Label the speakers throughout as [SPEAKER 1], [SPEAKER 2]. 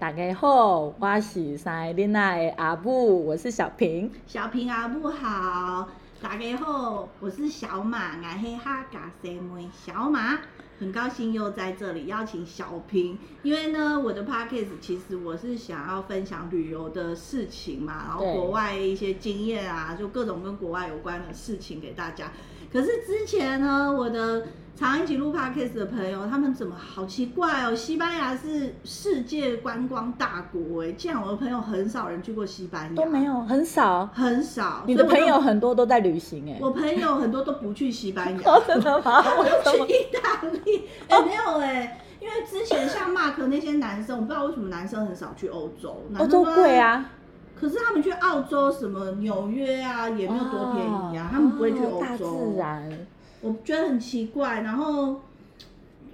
[SPEAKER 1] 家好，我是三个囡仔的阿母，我是小平。
[SPEAKER 2] 小平阿母好，大家好，我是小马，我是哈嘎西妹小马，很高兴又在这里邀请小平，因为呢，我的 podcast 其实我是想要分享旅游的事情嘛，然后
[SPEAKER 1] 对
[SPEAKER 2] 国外一些经验啊，就各种跟国外有关的事情给大家。可是之前呢，我的常一起录 podcast 的朋友，他们怎么好奇怪哦？西班牙是世界观光大国哎，这样我的朋友很少人去过西班牙，
[SPEAKER 1] 都没有，很少。
[SPEAKER 2] 很少。
[SPEAKER 1] 你的
[SPEAKER 2] 所以
[SPEAKER 1] 朋
[SPEAKER 2] 我就
[SPEAKER 1] 友，很多都在旅行哎、
[SPEAKER 2] 我朋友很多都不去西班牙，
[SPEAKER 1] 哦，真的吗？
[SPEAKER 2] 我
[SPEAKER 1] 我
[SPEAKER 2] 又
[SPEAKER 1] 怎么哦
[SPEAKER 2] 去意大利。哎、没有哎、因为之前像 Mark 那些男生，我不知道为什么男生很少去欧洲，
[SPEAKER 1] 欧洲贵。啊？
[SPEAKER 2] 可是他们去澳洲什么纽约啊，也没有多便宜啊，
[SPEAKER 1] 哦
[SPEAKER 2] 他们不会去欧洲。
[SPEAKER 1] 大自然。
[SPEAKER 2] 我觉得很奇怪，然后，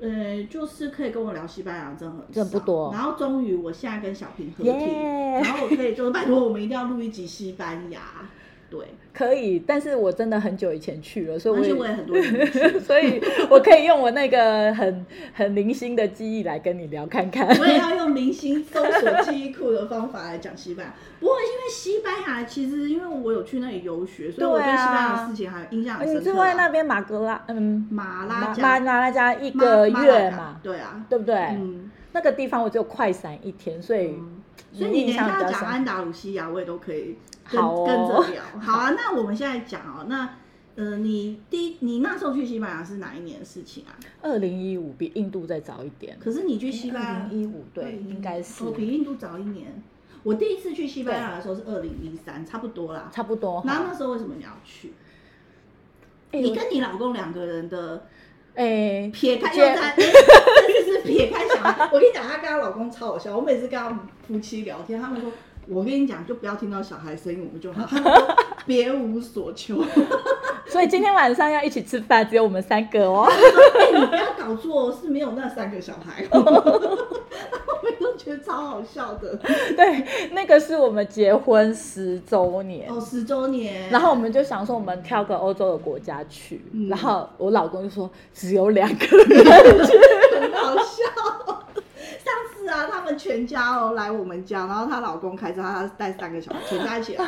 [SPEAKER 2] 呃，就是可以跟我聊西班牙真的很少
[SPEAKER 1] 真不多
[SPEAKER 2] 然后终于我现在跟小平合体
[SPEAKER 1] 耶
[SPEAKER 2] 然后我可以就是拜托我们一定要录一集西班牙，对，
[SPEAKER 1] 可以，但是我真的很久以前去了，所以
[SPEAKER 2] 而
[SPEAKER 1] 我
[SPEAKER 2] 且
[SPEAKER 1] 也
[SPEAKER 2] 我也很多人 去
[SPEAKER 1] 所以我可以用我那个很很零星的记忆来跟你聊看看。
[SPEAKER 2] 我也要用明星搜索记忆库的方法来讲西班牙。不过因为西班牙其实因为我有去那里游学，所以我对
[SPEAKER 1] 对啊
[SPEAKER 2] 西班牙的事情还有印象很
[SPEAKER 1] 你
[SPEAKER 2] 深刻、
[SPEAKER 1] 住
[SPEAKER 2] 啊。
[SPEAKER 1] 在那边马格拉，嗯，
[SPEAKER 2] 马拉
[SPEAKER 1] 马
[SPEAKER 2] 加
[SPEAKER 1] 马马拉加一个
[SPEAKER 2] 马
[SPEAKER 1] 月
[SPEAKER 2] 马拉加
[SPEAKER 1] 嘛，
[SPEAKER 2] 对啊，
[SPEAKER 1] 对不对？
[SPEAKER 2] 嗯。
[SPEAKER 1] 那个地方我只有快闪一天，所以
[SPEAKER 2] 嗯所以你
[SPEAKER 1] 印
[SPEAKER 2] 等一
[SPEAKER 1] 象比
[SPEAKER 2] 下
[SPEAKER 1] 较
[SPEAKER 2] 讲
[SPEAKER 1] 深。
[SPEAKER 2] 安达鲁西亚，我也都可以跟、
[SPEAKER 1] 好哦
[SPEAKER 2] 跟着聊。好啊，那我们现在讲哦，那呃，你第一你那时候去西班牙是哪一年的事情啊？
[SPEAKER 1] 二零一五比印度再早一点，
[SPEAKER 2] 可是你去西班
[SPEAKER 1] 二
[SPEAKER 2] 牙
[SPEAKER 1] 零一五对，
[SPEAKER 2] 2015
[SPEAKER 1] 应该是
[SPEAKER 2] 哦，比印度早一年。我第一次去西班牙的时候是二零一三，差不多啦。
[SPEAKER 1] 差不多
[SPEAKER 2] 然后
[SPEAKER 1] 哈。
[SPEAKER 2] 那时候为什么你要去？
[SPEAKER 1] 哦哎
[SPEAKER 2] 你跟你老公两个 人的
[SPEAKER 1] 哎，
[SPEAKER 2] 撇开
[SPEAKER 1] 觉
[SPEAKER 2] 又在，这次是撇开小孩。我跟你讲，她跟她老公超好笑。我每次跟他们夫妻聊天，他们说：“我跟你讲，就不要听到小孩声音，我们就好。”他们说别无所求。 哎
[SPEAKER 1] 所以今天晚上要一起吃饭，只有我们三个 哦。
[SPEAKER 2] 哎你不要搞错，是没有那三个小孩。哦 我们都觉得超好笑的。
[SPEAKER 1] 对，那个是我们结婚十周年。
[SPEAKER 2] 哦，十周年，
[SPEAKER 1] 然后我们就想说，我们挑个欧洲的国家去。
[SPEAKER 2] 嗯
[SPEAKER 1] 然后我老公就说只有两个人，
[SPEAKER 2] 很好笑。上次啊，他们全家哦来我们家，然后她老公开车，她带三个小孩，全家一起来。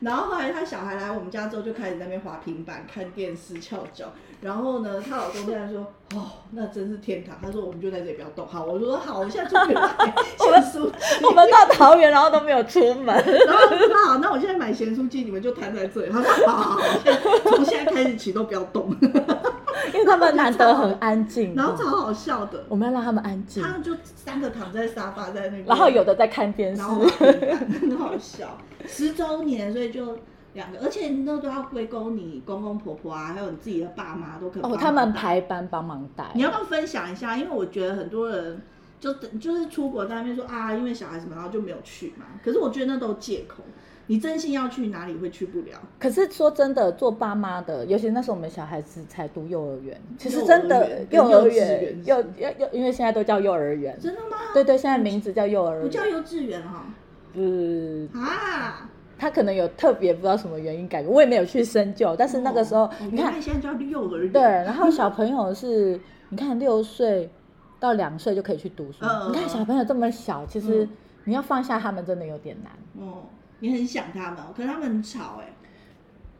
[SPEAKER 2] 然后后来她小孩来我们家之后，就开始在那边滑平板、看电视、翘脚。然后呢，她老公在那说：“哦，那真是天堂。”他说：“我们就在这里不要动。”好，我说：“好，我现在就可以买咸酥鸡。
[SPEAKER 1] 我们到桃园，然后都没有出 门。”
[SPEAKER 2] 然后他说：“好，那我现在买咸酥鸡，你们就摊在这里。”他说：“好好好，现在从现在开始起都不要动。
[SPEAKER 1] 因为他们难得很安”静，
[SPEAKER 2] 然后超好笑的，
[SPEAKER 1] 我们要让他们安静
[SPEAKER 2] 他，们就三个躺在沙发在那边，
[SPEAKER 1] 然后有的在看电视
[SPEAKER 2] 然，后很好笑，十周年，所以就两个，而且那都要归功你公公婆婆啊，还有你自己的爸妈都可以帮
[SPEAKER 1] 哦，
[SPEAKER 2] 忙
[SPEAKER 1] 他们排班帮忙带。
[SPEAKER 2] 你要不要分享一下？因为我觉得很多人就就是出国在那边说啊，因为小孩什么，然后就没有去嘛。可是我觉得那都借口。你真心要去哪里会去不了？
[SPEAKER 1] 可是说真的，做爸妈的，尤其那时候我们小孩子才读幼儿园，其实
[SPEAKER 2] 幼
[SPEAKER 1] 真
[SPEAKER 2] 儿
[SPEAKER 1] 的
[SPEAKER 2] 园跟
[SPEAKER 1] 幼儿
[SPEAKER 2] 幼稚
[SPEAKER 1] 园
[SPEAKER 2] 园
[SPEAKER 1] 幼
[SPEAKER 2] 是不
[SPEAKER 1] 幼幼，因为现在都叫幼儿园，
[SPEAKER 2] 真的吗？
[SPEAKER 1] 对对，现在名字叫幼儿
[SPEAKER 2] 不
[SPEAKER 1] 园
[SPEAKER 2] 叫，幼稚园哈、
[SPEAKER 1] 嗯，
[SPEAKER 2] 啊！
[SPEAKER 1] 他可能有特别不知道什么原因改名，我也没有去深究，但是那个时候、
[SPEAKER 2] 哦
[SPEAKER 1] 你看，
[SPEAKER 2] 现在叫幼儿园，
[SPEAKER 1] 对，然后小朋友是，你看六岁到两岁就可以去读书，
[SPEAKER 2] 嗯
[SPEAKER 1] 你看小朋友这么小，其实
[SPEAKER 2] 嗯
[SPEAKER 1] 你要放下他们真的有点难。
[SPEAKER 2] 哦，你很想他们哦，可是他们很吵哎、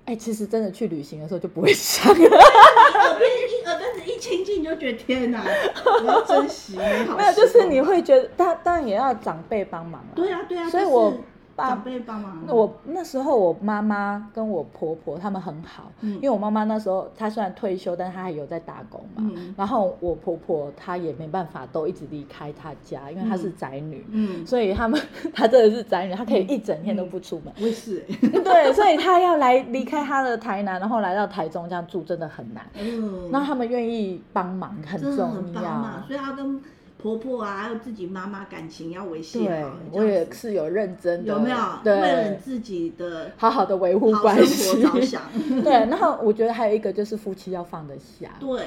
[SPEAKER 1] 哎、其实真的去旅行的时候就不会想了，
[SPEAKER 2] 耳边一耳根子一亲近，你就觉得天哪，我要珍惜美好。
[SPEAKER 1] 没有，就是你，会觉得，当当然也要长辈帮忙了。
[SPEAKER 2] 对啊对啊，
[SPEAKER 1] 所以
[SPEAKER 2] 就是
[SPEAKER 1] 我爸
[SPEAKER 2] 长辈帮忙，啊
[SPEAKER 1] 那我那时候我妈妈跟我婆婆她们很好，
[SPEAKER 2] 嗯
[SPEAKER 1] 因为我妈妈那时候她虽然退休，但她还有在打工嘛。
[SPEAKER 2] 嗯
[SPEAKER 1] 然后我婆婆她也没办法都一直离开她家，因为她是宅女，
[SPEAKER 2] 嗯，
[SPEAKER 1] 所以他们 她真的是宅女，她可以一整天都不出门。
[SPEAKER 2] 我也是欸，
[SPEAKER 1] 对，所以她要来离开她的台南，然后来到台中这样住真的很难。
[SPEAKER 2] 嗯，
[SPEAKER 1] 那他们愿意帮忙很
[SPEAKER 2] 真的很
[SPEAKER 1] 重
[SPEAKER 2] 帮
[SPEAKER 1] 要
[SPEAKER 2] 忙，。所以要跟婆婆啊，还有自己妈妈感情要维系
[SPEAKER 1] 对
[SPEAKER 2] 好。，
[SPEAKER 1] 我也
[SPEAKER 2] 这样子
[SPEAKER 1] 是有认真的，
[SPEAKER 2] 有没有为了你
[SPEAKER 1] 对，
[SPEAKER 2] 自己的
[SPEAKER 1] 好好的维护
[SPEAKER 2] 好
[SPEAKER 1] 关
[SPEAKER 2] 生
[SPEAKER 1] 系。
[SPEAKER 2] 活着想？
[SPEAKER 1] 对，然后我觉得还有一个就是夫妻要放得下，
[SPEAKER 2] 对，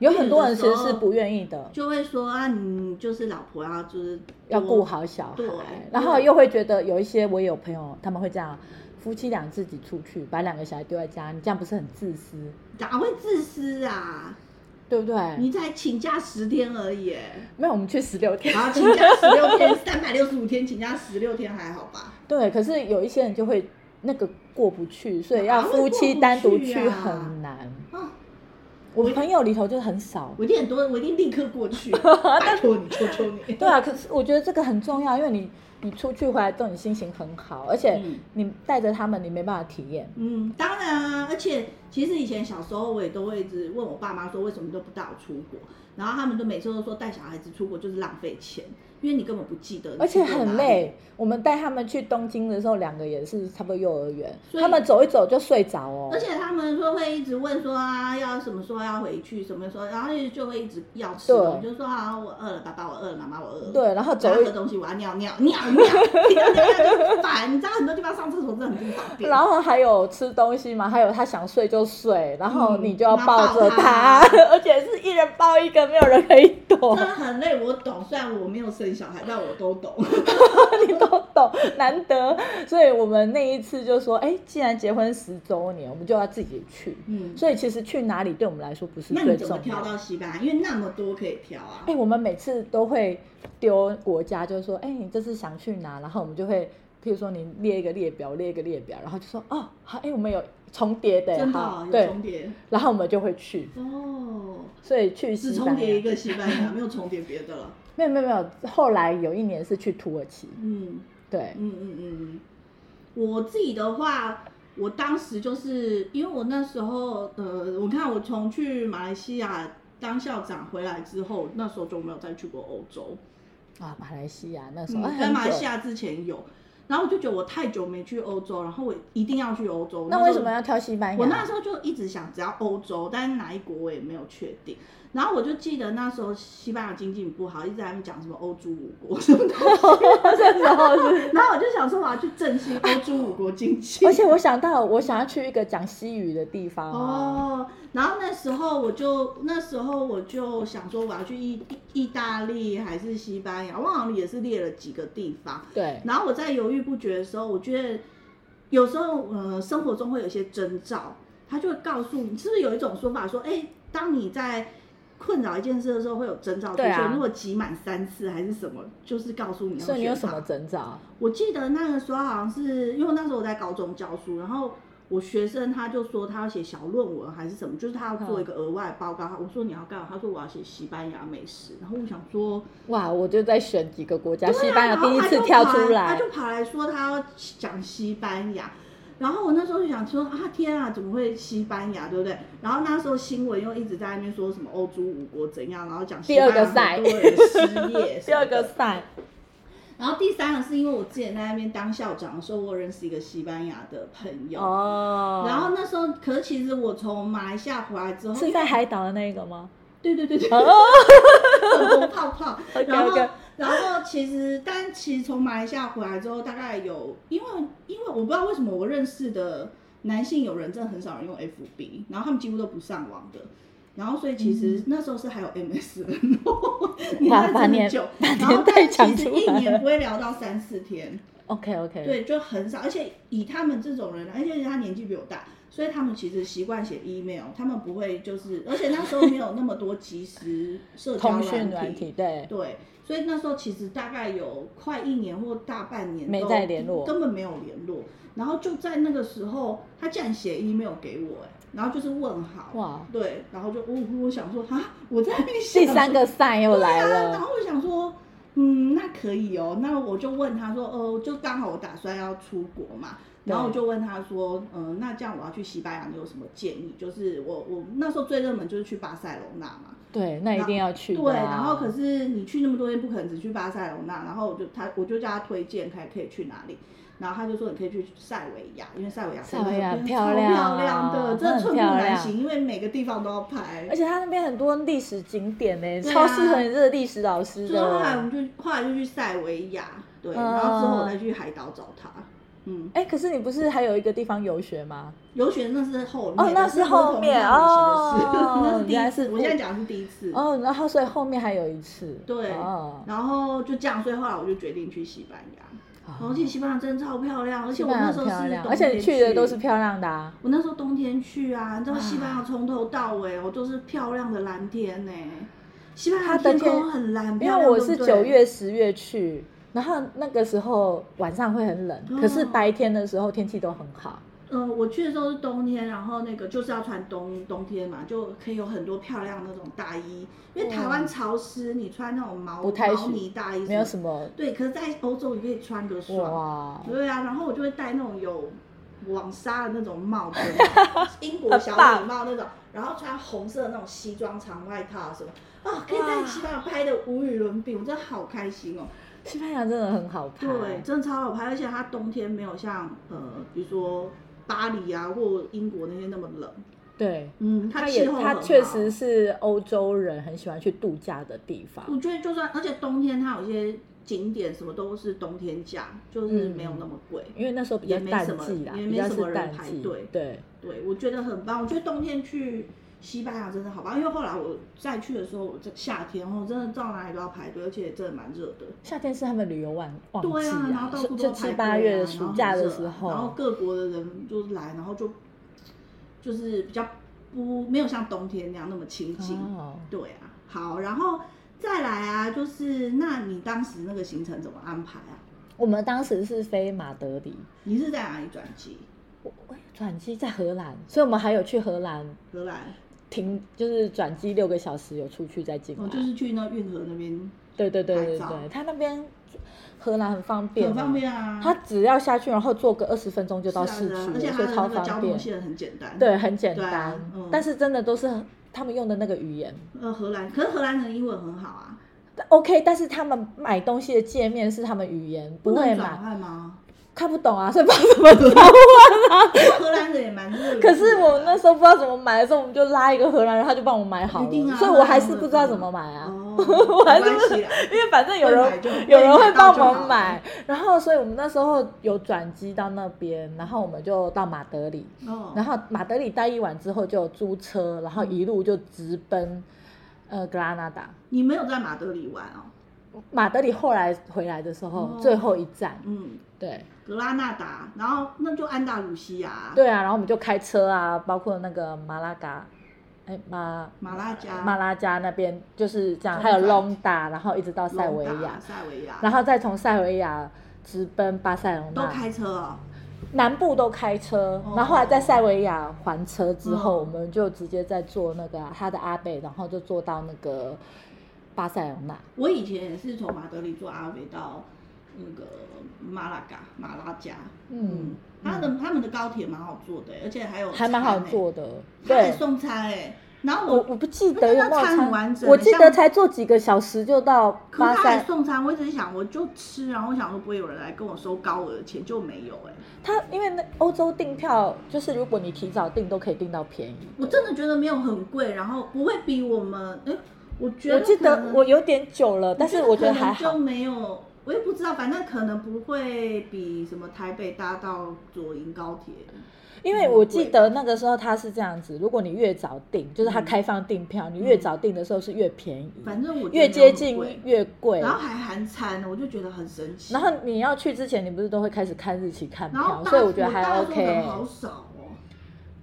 [SPEAKER 1] 有很多人其实
[SPEAKER 2] 因为有的
[SPEAKER 1] 是
[SPEAKER 2] 时候
[SPEAKER 1] 不愿意的，
[SPEAKER 2] 就会说啊，你就是老婆要就是
[SPEAKER 1] 要
[SPEAKER 2] 多
[SPEAKER 1] 顾好小
[SPEAKER 2] 对
[SPEAKER 1] 孩，然后
[SPEAKER 2] 对
[SPEAKER 1] 又会觉得有一些我也有朋友他们会这样，夫妻俩自己出去把两个小孩丢在家，你这样不是很自私？
[SPEAKER 2] 哪会自私啊？
[SPEAKER 1] 对不对？
[SPEAKER 2] 你才请假十天而已哎耶，
[SPEAKER 1] 没有，我们去十六 天。
[SPEAKER 2] 然后请假十六天，三百六十五天请假十六天还好吧？
[SPEAKER 1] 对，可是有一些人就会那个过不去，所以要
[SPEAKER 2] 哪会
[SPEAKER 1] 夫
[SPEAKER 2] 过
[SPEAKER 1] 妻
[SPEAKER 2] 不
[SPEAKER 1] 单独
[SPEAKER 2] 去
[SPEAKER 1] 去
[SPEAKER 2] 啊
[SPEAKER 1] 很难。
[SPEAKER 2] 啊，
[SPEAKER 1] 我朋友里头就很少。
[SPEAKER 2] 我一定很多，我一定立刻 过去，拜托你，求求你。
[SPEAKER 1] 对啊，可是我觉得这个很重要，因为你你出去回来之后，你心情很好，而且
[SPEAKER 2] 嗯
[SPEAKER 1] 你带着他们，你没办法体验。
[SPEAKER 2] 嗯，当然啊，而且其实以前小时候我也都会一直问我爸妈说，为什么都不带我出国？然后他们都每次都说带小孩子出国就是浪费钱，因为你根本不记得，
[SPEAKER 1] 而且很。累，我们带他们去东京的时候，两个也是差不多幼儿园，
[SPEAKER 2] 所以
[SPEAKER 1] 他们走一走就睡着哦。
[SPEAKER 2] 而且他们说会一直问说啊，要什么时候要回去，什么时候，然后就会一直要吃的，
[SPEAKER 1] 对
[SPEAKER 2] 我就说啊，我饿了，爸爸，我饿了，妈妈，我饿了。
[SPEAKER 1] 对，然后
[SPEAKER 2] 然
[SPEAKER 1] 走
[SPEAKER 2] 后喝
[SPEAKER 1] 一，
[SPEAKER 2] 东西，我要尿尿，尿 尿，尿尿尿就烦。你知道很多地方上厕所真的很不方便。
[SPEAKER 1] 然后还有吃东西嘛，还有他想睡就睡，然后
[SPEAKER 2] 嗯
[SPEAKER 1] 你就要
[SPEAKER 2] 然后抱
[SPEAKER 1] 抱着
[SPEAKER 2] 他
[SPEAKER 1] 他， 而且是一人抱一个，没有人可以
[SPEAKER 2] 真
[SPEAKER 1] 躲
[SPEAKER 2] 的，很累，我懂。虽然我没有生小孩，但我都懂。
[SPEAKER 1] 你都懂，难得。所以我们那一次就说，哎，既然结婚十周年，我们就要自己去。
[SPEAKER 2] 嗯，
[SPEAKER 1] 所以其实去哪里对我们来说不是
[SPEAKER 2] 那
[SPEAKER 1] 最
[SPEAKER 2] 你怎么
[SPEAKER 1] 重
[SPEAKER 2] 挑
[SPEAKER 1] 要。
[SPEAKER 2] 到西班牙？因为那么多可以挑啊
[SPEAKER 1] 哎、。我们每次都会丢国家，就是说，哎、你这次想去哪？然后我们就会，譬如说你列一个列表，列一个列表，然后就说，哦，好，哎、我们有重叠的，
[SPEAKER 2] 真的
[SPEAKER 1] 好
[SPEAKER 2] 哦有
[SPEAKER 1] 对
[SPEAKER 2] 重，叠
[SPEAKER 1] 然后我们就会去。
[SPEAKER 2] 哦，
[SPEAKER 1] 所以去
[SPEAKER 2] 只
[SPEAKER 1] 西
[SPEAKER 2] 重
[SPEAKER 1] 班牙
[SPEAKER 2] 叠一，个西班牙，没有重叠别的了。
[SPEAKER 1] 没有没有没有。后来有一年是去土耳其，
[SPEAKER 2] 嗯
[SPEAKER 1] 对
[SPEAKER 2] 嗯，嗯嗯嗯，我自己的话。我当时就是因为我那时候，呃，我看我从去马来西亚当校长回来之后，那时候就没有再去过欧洲。
[SPEAKER 1] 啊，马来西亚那时候、
[SPEAKER 2] 嗯
[SPEAKER 1] 哎，
[SPEAKER 2] 在
[SPEAKER 1] 很
[SPEAKER 2] 马来
[SPEAKER 1] 久
[SPEAKER 2] 西亚之前有，然后我就觉得我太久没去欧洲，然后我一定要去欧洲。
[SPEAKER 1] 那
[SPEAKER 2] 时候
[SPEAKER 1] 为什么要挑西班牙？
[SPEAKER 2] 我那时候就一直想，只要欧洲，但是哪一国我也没有确定。然后我就记得那时候西班牙经济不好，一直在他们讲什么欧洲五国什么 东西，
[SPEAKER 1] 这时候是，
[SPEAKER 2] 然后我就想说我要去振兴欧洲五国经济。
[SPEAKER 1] 而且 我想到我想要去一个讲西语的地方、啊、哦，
[SPEAKER 2] 哦，然后那时候我就那时候我就想说我要去意意大利还是西班牙，我好像也是列了几个地方。
[SPEAKER 1] 对，
[SPEAKER 2] 然后我在犹豫不决的时候，我觉得有时候呃生活中会有一些征兆，他就会告诉你，是不是有一种说法说，哎，当你在困扰一件事的时候会有征兆出
[SPEAKER 1] 对
[SPEAKER 2] 现，
[SPEAKER 1] 啊
[SPEAKER 2] 如果集满三次还是什么，就是告诉你要
[SPEAKER 1] 所以你有
[SPEAKER 2] 嗯学
[SPEAKER 1] 什么
[SPEAKER 2] 它
[SPEAKER 1] 征兆？
[SPEAKER 2] 我记得那个时候好像是因为那时候我在高中教书，然后我学生他就说他要写小论文还是什么，就是他要做一个
[SPEAKER 1] 嗯
[SPEAKER 2] 额外报告。我说你要干嘛？他说我要写西班牙美食。然后我想 说，
[SPEAKER 1] 哇，我就在选几个国家，
[SPEAKER 2] 对
[SPEAKER 1] 西班牙
[SPEAKER 2] 啊然后
[SPEAKER 1] 第一
[SPEAKER 2] 他
[SPEAKER 1] 次
[SPEAKER 2] 就
[SPEAKER 1] 跳
[SPEAKER 2] 跑
[SPEAKER 1] 出
[SPEAKER 2] 他
[SPEAKER 1] 来
[SPEAKER 2] 就，跑来说他要讲西班牙。然后我那时候就想说啊天啊，怎么会西班牙，对不对？然后那时候新闻又一直在那边说什么欧洲五国怎样，然后讲西
[SPEAKER 1] 第
[SPEAKER 2] 班
[SPEAKER 1] 二
[SPEAKER 2] 牙
[SPEAKER 1] 个
[SPEAKER 2] 很
[SPEAKER 1] 赛，
[SPEAKER 2] 多人失业
[SPEAKER 1] 第二
[SPEAKER 2] 什么
[SPEAKER 1] 个
[SPEAKER 2] 的
[SPEAKER 1] 赛，
[SPEAKER 2] 然后第三个是因为我之前在那边当校长的时候，我认识一个西班牙的朋友。
[SPEAKER 1] 哦，
[SPEAKER 2] 然后那时候，可是其实我从马来西亚回来之后，
[SPEAKER 1] 是在海岛的那个吗？
[SPEAKER 2] 对对 对对，
[SPEAKER 1] 哦，
[SPEAKER 2] 粉红泡泡。
[SPEAKER 1] OK，OK
[SPEAKER 2] 然后然后其实，但其实从马来西亚回来之后，大概有因为因为我不知道为什么我认识的男性友人真的很少人用 FB，然后他们几乎都不上网的。然后，所以其实那时候是还有 MSN，、年代
[SPEAKER 1] 把
[SPEAKER 2] 真的
[SPEAKER 1] 年
[SPEAKER 2] 久。
[SPEAKER 1] 把
[SPEAKER 2] 然后
[SPEAKER 1] 年，代
[SPEAKER 2] 但其
[SPEAKER 1] 讲
[SPEAKER 2] 实
[SPEAKER 1] 出
[SPEAKER 2] 一年
[SPEAKER 1] 来
[SPEAKER 2] 不会聊到三四天。
[SPEAKER 1] ，OK OK，，
[SPEAKER 2] 对，就很少，而且以他们这种人，而且他年纪比我大，所以他们其实习惯写 email，他们不会就是，而且那时候没有那么多即时社交
[SPEAKER 1] 通讯
[SPEAKER 2] 软
[SPEAKER 1] 软
[SPEAKER 2] 体
[SPEAKER 1] 体，，对，
[SPEAKER 2] 对，所以那时候其实大概有快一年或大半年
[SPEAKER 1] 没
[SPEAKER 2] 都
[SPEAKER 1] 再联络
[SPEAKER 2] 根本没有联络。然后就在那个时候，他竟然写 email 给我、哎，然后就是问好，
[SPEAKER 1] 哇，
[SPEAKER 2] 对，然后就我我想说啊，我在那边
[SPEAKER 1] 第
[SPEAKER 2] 想
[SPEAKER 1] 三
[SPEAKER 2] 说
[SPEAKER 1] 个赛又来
[SPEAKER 2] 对啊，然
[SPEAKER 1] 了，
[SPEAKER 2] 后我想说，嗯，那可以哦。那我就问他说，哦，就刚好我打算要出国嘛，
[SPEAKER 1] 对
[SPEAKER 2] 然后我就问他说，嗯、那这样我要去西班牙，你有什么建议？就是我我那时候最热门就是去巴塞隆那嘛，
[SPEAKER 1] 对，那一定要去的啊，
[SPEAKER 2] 对，然后可是你去那么多天，不可能只去巴塞隆那，然后我就他我就叫他推荐还可以去哪里。然后他就说你可以去塞维亚，因为塞维亚
[SPEAKER 1] 塞维亚
[SPEAKER 2] 真的
[SPEAKER 1] 漂
[SPEAKER 2] 超
[SPEAKER 1] 亮
[SPEAKER 2] 漂亮的，
[SPEAKER 1] 啊
[SPEAKER 2] 真的
[SPEAKER 1] 真的很
[SPEAKER 2] 寸步
[SPEAKER 1] 漂
[SPEAKER 2] 难
[SPEAKER 1] 亮
[SPEAKER 2] 行，因为每个地方都要拍。
[SPEAKER 1] 而且它那边很多历史景点呢，
[SPEAKER 2] 对啊啊
[SPEAKER 1] 超适合你这个历史老师
[SPEAKER 2] 就是后来我
[SPEAKER 1] 的
[SPEAKER 2] 们。就后来就去塞维亚，对，
[SPEAKER 1] 啊嗯
[SPEAKER 2] 然后之后我再去海岛找他，嗯，
[SPEAKER 1] 哎、可是你不是还有一个地方游学吗？
[SPEAKER 2] 游学那是后面的，
[SPEAKER 1] 哦那是后面
[SPEAKER 2] 那不是同一
[SPEAKER 1] 哦
[SPEAKER 2] 趟旅行的事 那是
[SPEAKER 1] 原
[SPEAKER 2] 第一
[SPEAKER 1] 来是
[SPEAKER 2] 次。我现在讲的是第一次。
[SPEAKER 1] 哦，然后所以后面还有一次，
[SPEAKER 2] 对
[SPEAKER 1] 哦，
[SPEAKER 2] 然后就这样，所以后来我就决定去西班牙。然后
[SPEAKER 1] 哦
[SPEAKER 2] 去西班牙真的超漂亮，而且
[SPEAKER 1] 西
[SPEAKER 2] 我
[SPEAKER 1] 班
[SPEAKER 2] 那
[SPEAKER 1] 牙
[SPEAKER 2] 时
[SPEAKER 1] 很
[SPEAKER 2] 候
[SPEAKER 1] 漂
[SPEAKER 2] 是
[SPEAKER 1] 亮，
[SPEAKER 2] 冬
[SPEAKER 1] 而且
[SPEAKER 2] 天
[SPEAKER 1] 去的都是漂亮的、啊，
[SPEAKER 2] 我那时候冬天去啊，你知道西班牙从头到尾哦都是漂亮的蓝天呢、西班牙
[SPEAKER 1] 它的
[SPEAKER 2] 天空
[SPEAKER 1] 天
[SPEAKER 2] 很蓝，
[SPEAKER 1] 因
[SPEAKER 2] 漂
[SPEAKER 1] 为
[SPEAKER 2] 亮
[SPEAKER 1] 我
[SPEAKER 2] 对
[SPEAKER 1] 是
[SPEAKER 2] 不对
[SPEAKER 1] 九月、十月去，然后那个时候晚上会很冷，
[SPEAKER 2] 哦
[SPEAKER 1] 可是白天的时候天气都很好。
[SPEAKER 2] 嗯，我去的时候是冬天，然后那个就是要穿冬冬天嘛，就可以有很多漂亮那种大衣，因为台湾
[SPEAKER 1] 嗯
[SPEAKER 2] 潮湿，你穿那种毛
[SPEAKER 1] 不太
[SPEAKER 2] 毛
[SPEAKER 1] 许
[SPEAKER 2] 呢大衣
[SPEAKER 1] 没有
[SPEAKER 2] 么
[SPEAKER 1] 什么
[SPEAKER 2] 对，可是在欧洲你可以穿个爽，
[SPEAKER 1] 哇，
[SPEAKER 2] 对啊，然后我就会戴那种有网纱的那种帽 子，英国
[SPEAKER 1] 很
[SPEAKER 2] 小
[SPEAKER 1] 棒
[SPEAKER 2] 礼帽那种，然后穿红色的那种西装长外套什么，啊，可以在
[SPEAKER 1] 哇
[SPEAKER 2] 西班牙拍的无与伦比，我真的好开心哦。
[SPEAKER 1] 西班牙真的很好拍。
[SPEAKER 2] 对，真的超好拍，而且它冬天没有像呃，比如说巴黎啊或英国那些那么冷。
[SPEAKER 1] 对，
[SPEAKER 2] 嗯，它
[SPEAKER 1] 它
[SPEAKER 2] 气
[SPEAKER 1] 也
[SPEAKER 2] 候很
[SPEAKER 1] 它
[SPEAKER 2] 好
[SPEAKER 1] 确实，是欧洲人很喜欢去度假的地方。
[SPEAKER 2] 我觉得就算，而且冬天它有些景点什么都是冬天价，就是没有那么贵。
[SPEAKER 1] 因为那时候比较
[SPEAKER 2] 也没
[SPEAKER 1] 淡
[SPEAKER 2] 什么
[SPEAKER 1] 季啦，
[SPEAKER 2] 也
[SPEAKER 1] 比
[SPEAKER 2] 没
[SPEAKER 1] 较
[SPEAKER 2] 什么
[SPEAKER 1] 是
[SPEAKER 2] 人
[SPEAKER 1] 淡
[SPEAKER 2] 排
[SPEAKER 1] 季，
[SPEAKER 2] 队
[SPEAKER 1] 对，
[SPEAKER 2] 对，我觉得很棒。我觉得冬天去西班牙真的好棒，因为后来我再去的时候，我这夏天哦，真的到哪里都要排队，而且真的蛮热的。
[SPEAKER 1] 夏天是他们旅游旺旺
[SPEAKER 2] 对
[SPEAKER 1] 季
[SPEAKER 2] 啊，然后到
[SPEAKER 1] 是
[SPEAKER 2] 处都
[SPEAKER 1] 就
[SPEAKER 2] 排
[SPEAKER 1] 七
[SPEAKER 2] 队
[SPEAKER 1] 八
[SPEAKER 2] 啊
[SPEAKER 1] 月
[SPEAKER 2] 然
[SPEAKER 1] 的
[SPEAKER 2] 后
[SPEAKER 1] 暑
[SPEAKER 2] 很
[SPEAKER 1] 假的
[SPEAKER 2] 热啊
[SPEAKER 1] 时候，
[SPEAKER 2] 然后各国的人就是来，然后就就是比较不没有像冬天那样那么清静。
[SPEAKER 1] 哦
[SPEAKER 2] 对啊，好，然后再来啊，就是那你当时那个行程怎么安排啊？
[SPEAKER 1] 我们当时是飞马德里，
[SPEAKER 2] 你是在哪里转机？
[SPEAKER 1] 我我哎转机在荷兰，所以我们还有去荷兰
[SPEAKER 2] 荷兰？
[SPEAKER 1] 停，就是转机六个小时有出去再进来。
[SPEAKER 2] 哦，就是去那运河那边，
[SPEAKER 1] 对对对
[SPEAKER 2] 拍
[SPEAKER 1] 对
[SPEAKER 2] 照
[SPEAKER 1] 对，他那边荷兰很方便，
[SPEAKER 2] 很方。便啊。
[SPEAKER 1] 他只要下去，然后坐个二十分钟就是到
[SPEAKER 2] 啊
[SPEAKER 1] 市区
[SPEAKER 2] 是啊
[SPEAKER 1] 了，
[SPEAKER 2] 而且
[SPEAKER 1] 所
[SPEAKER 2] 它
[SPEAKER 1] 以
[SPEAKER 2] 的
[SPEAKER 1] 超
[SPEAKER 2] 那个交
[SPEAKER 1] 方
[SPEAKER 2] 通
[SPEAKER 1] 便。
[SPEAKER 2] 线很简单。
[SPEAKER 1] 对，，很简
[SPEAKER 2] 对啊
[SPEAKER 1] 单、
[SPEAKER 2] 嗯
[SPEAKER 1] 但是真的都是很他们用的那个语言
[SPEAKER 2] 呃，荷兰，可是荷兰人英文很好啊，
[SPEAKER 1] ，OK，但是他们买东西的界面是他们语言，不会
[SPEAKER 2] 能转
[SPEAKER 1] 买，
[SPEAKER 2] 换吗？
[SPEAKER 1] 看不懂啊，所以不知道怎么转换啊。
[SPEAKER 2] 荷兰人也蛮热情的
[SPEAKER 1] 可
[SPEAKER 2] 啊。
[SPEAKER 1] 是我那时候不知道怎么买的时候，我们就拉一个荷兰人，他就帮我买好
[SPEAKER 2] 一定
[SPEAKER 1] 了，
[SPEAKER 2] 啊，
[SPEAKER 1] 所以我还是不知道怎么买啊。
[SPEAKER 2] 哦
[SPEAKER 1] 我还
[SPEAKER 2] 没关
[SPEAKER 1] 是
[SPEAKER 2] 系啦
[SPEAKER 1] 因为反正有
[SPEAKER 2] 会买
[SPEAKER 1] 人
[SPEAKER 2] 就
[SPEAKER 1] 有人会帮
[SPEAKER 2] 会买到
[SPEAKER 1] 我
[SPEAKER 2] 就好
[SPEAKER 1] 们买，然后所以我们那时候有转机到那边，然后我们就到马德里，
[SPEAKER 2] 哦，嗯
[SPEAKER 1] 然后马德里待一晚之后就租车，然后一路就直奔呃格拉纳达。
[SPEAKER 2] 你没有在马德里玩哦，
[SPEAKER 1] 马德里后来回来的时候，
[SPEAKER 2] 哦
[SPEAKER 1] 最后一站，
[SPEAKER 2] 嗯，
[SPEAKER 1] 对
[SPEAKER 2] 格拉纳达，然后那就安达卢西亚，，
[SPEAKER 1] 对啊，然后我们就开车啊，包括那个马拉嘎，哎马
[SPEAKER 2] 马拉加，
[SPEAKER 1] 马拉加那边就是这样，
[SPEAKER 2] 啊中
[SPEAKER 1] 还有
[SPEAKER 2] 转
[SPEAKER 1] 隆达，然后一直到塞维
[SPEAKER 2] 隆达
[SPEAKER 1] 亚，
[SPEAKER 2] 塞维亚，
[SPEAKER 1] 然后再从塞维亚直奔巴塞隆
[SPEAKER 2] 都
[SPEAKER 1] 纳，
[SPEAKER 2] 开车哦，
[SPEAKER 1] 南部都开车
[SPEAKER 2] 哦，
[SPEAKER 1] 然后后来在塞维亚还车之后，
[SPEAKER 2] 嗯
[SPEAKER 1] 我们就直接在坐那个他的阿贝，然后就坐到那个巴塞隆纳。
[SPEAKER 2] 我以前也是从马德里坐阿维到那个马拉嘎，马拉加，
[SPEAKER 1] 嗯，
[SPEAKER 2] 他的他们的高铁蛮好坐的，而且还有
[SPEAKER 1] 还蛮好坐
[SPEAKER 2] 的，
[SPEAKER 1] 的。
[SPEAKER 2] 他还
[SPEAKER 1] 对，
[SPEAKER 2] 送餐哎，然后
[SPEAKER 1] 我
[SPEAKER 2] 我
[SPEAKER 1] 我不记得有没有
[SPEAKER 2] 因为它餐很完整
[SPEAKER 1] 我记
[SPEAKER 2] 像
[SPEAKER 1] 得才坐几个小时就到
[SPEAKER 2] 可
[SPEAKER 1] 巴
[SPEAKER 2] 是他还
[SPEAKER 1] 塞。
[SPEAKER 2] 送餐，我一直想我就吃，然后我想说不会有人来跟我收高额的钱，就没有哎、
[SPEAKER 1] 他因为那欧洲订票，就是如果你提早订，都可以订到便宜的。
[SPEAKER 2] 我真的觉得没有很贵，然后不会比我们哎、我觉
[SPEAKER 1] 我
[SPEAKER 2] 得
[SPEAKER 1] 记
[SPEAKER 2] 可
[SPEAKER 1] 得
[SPEAKER 2] 能
[SPEAKER 1] 我有点久了，但是我觉得还
[SPEAKER 2] 可能就
[SPEAKER 1] 好。
[SPEAKER 2] 没有，我也不知道，反正可能不会比什么台北搭到左营高铁。
[SPEAKER 1] 因
[SPEAKER 2] 嗯
[SPEAKER 1] 为我记得那个时候他是这样子，如果你越早订，就是他
[SPEAKER 2] 嗯
[SPEAKER 1] 开放订票，你越早订的时候是越便宜，
[SPEAKER 2] 反正我觉得
[SPEAKER 1] 越接近
[SPEAKER 2] 没有很贵
[SPEAKER 1] 越贵
[SPEAKER 2] 然。后还含餐，我就觉得很神奇。
[SPEAKER 1] 然后你要去之前，你不是都会开始看日期、看
[SPEAKER 2] 然
[SPEAKER 1] 票，
[SPEAKER 2] 后搭
[SPEAKER 1] 所以我觉得
[SPEAKER 2] 搭
[SPEAKER 1] 还
[SPEAKER 2] 的时候
[SPEAKER 1] OK。
[SPEAKER 2] 人好少哦，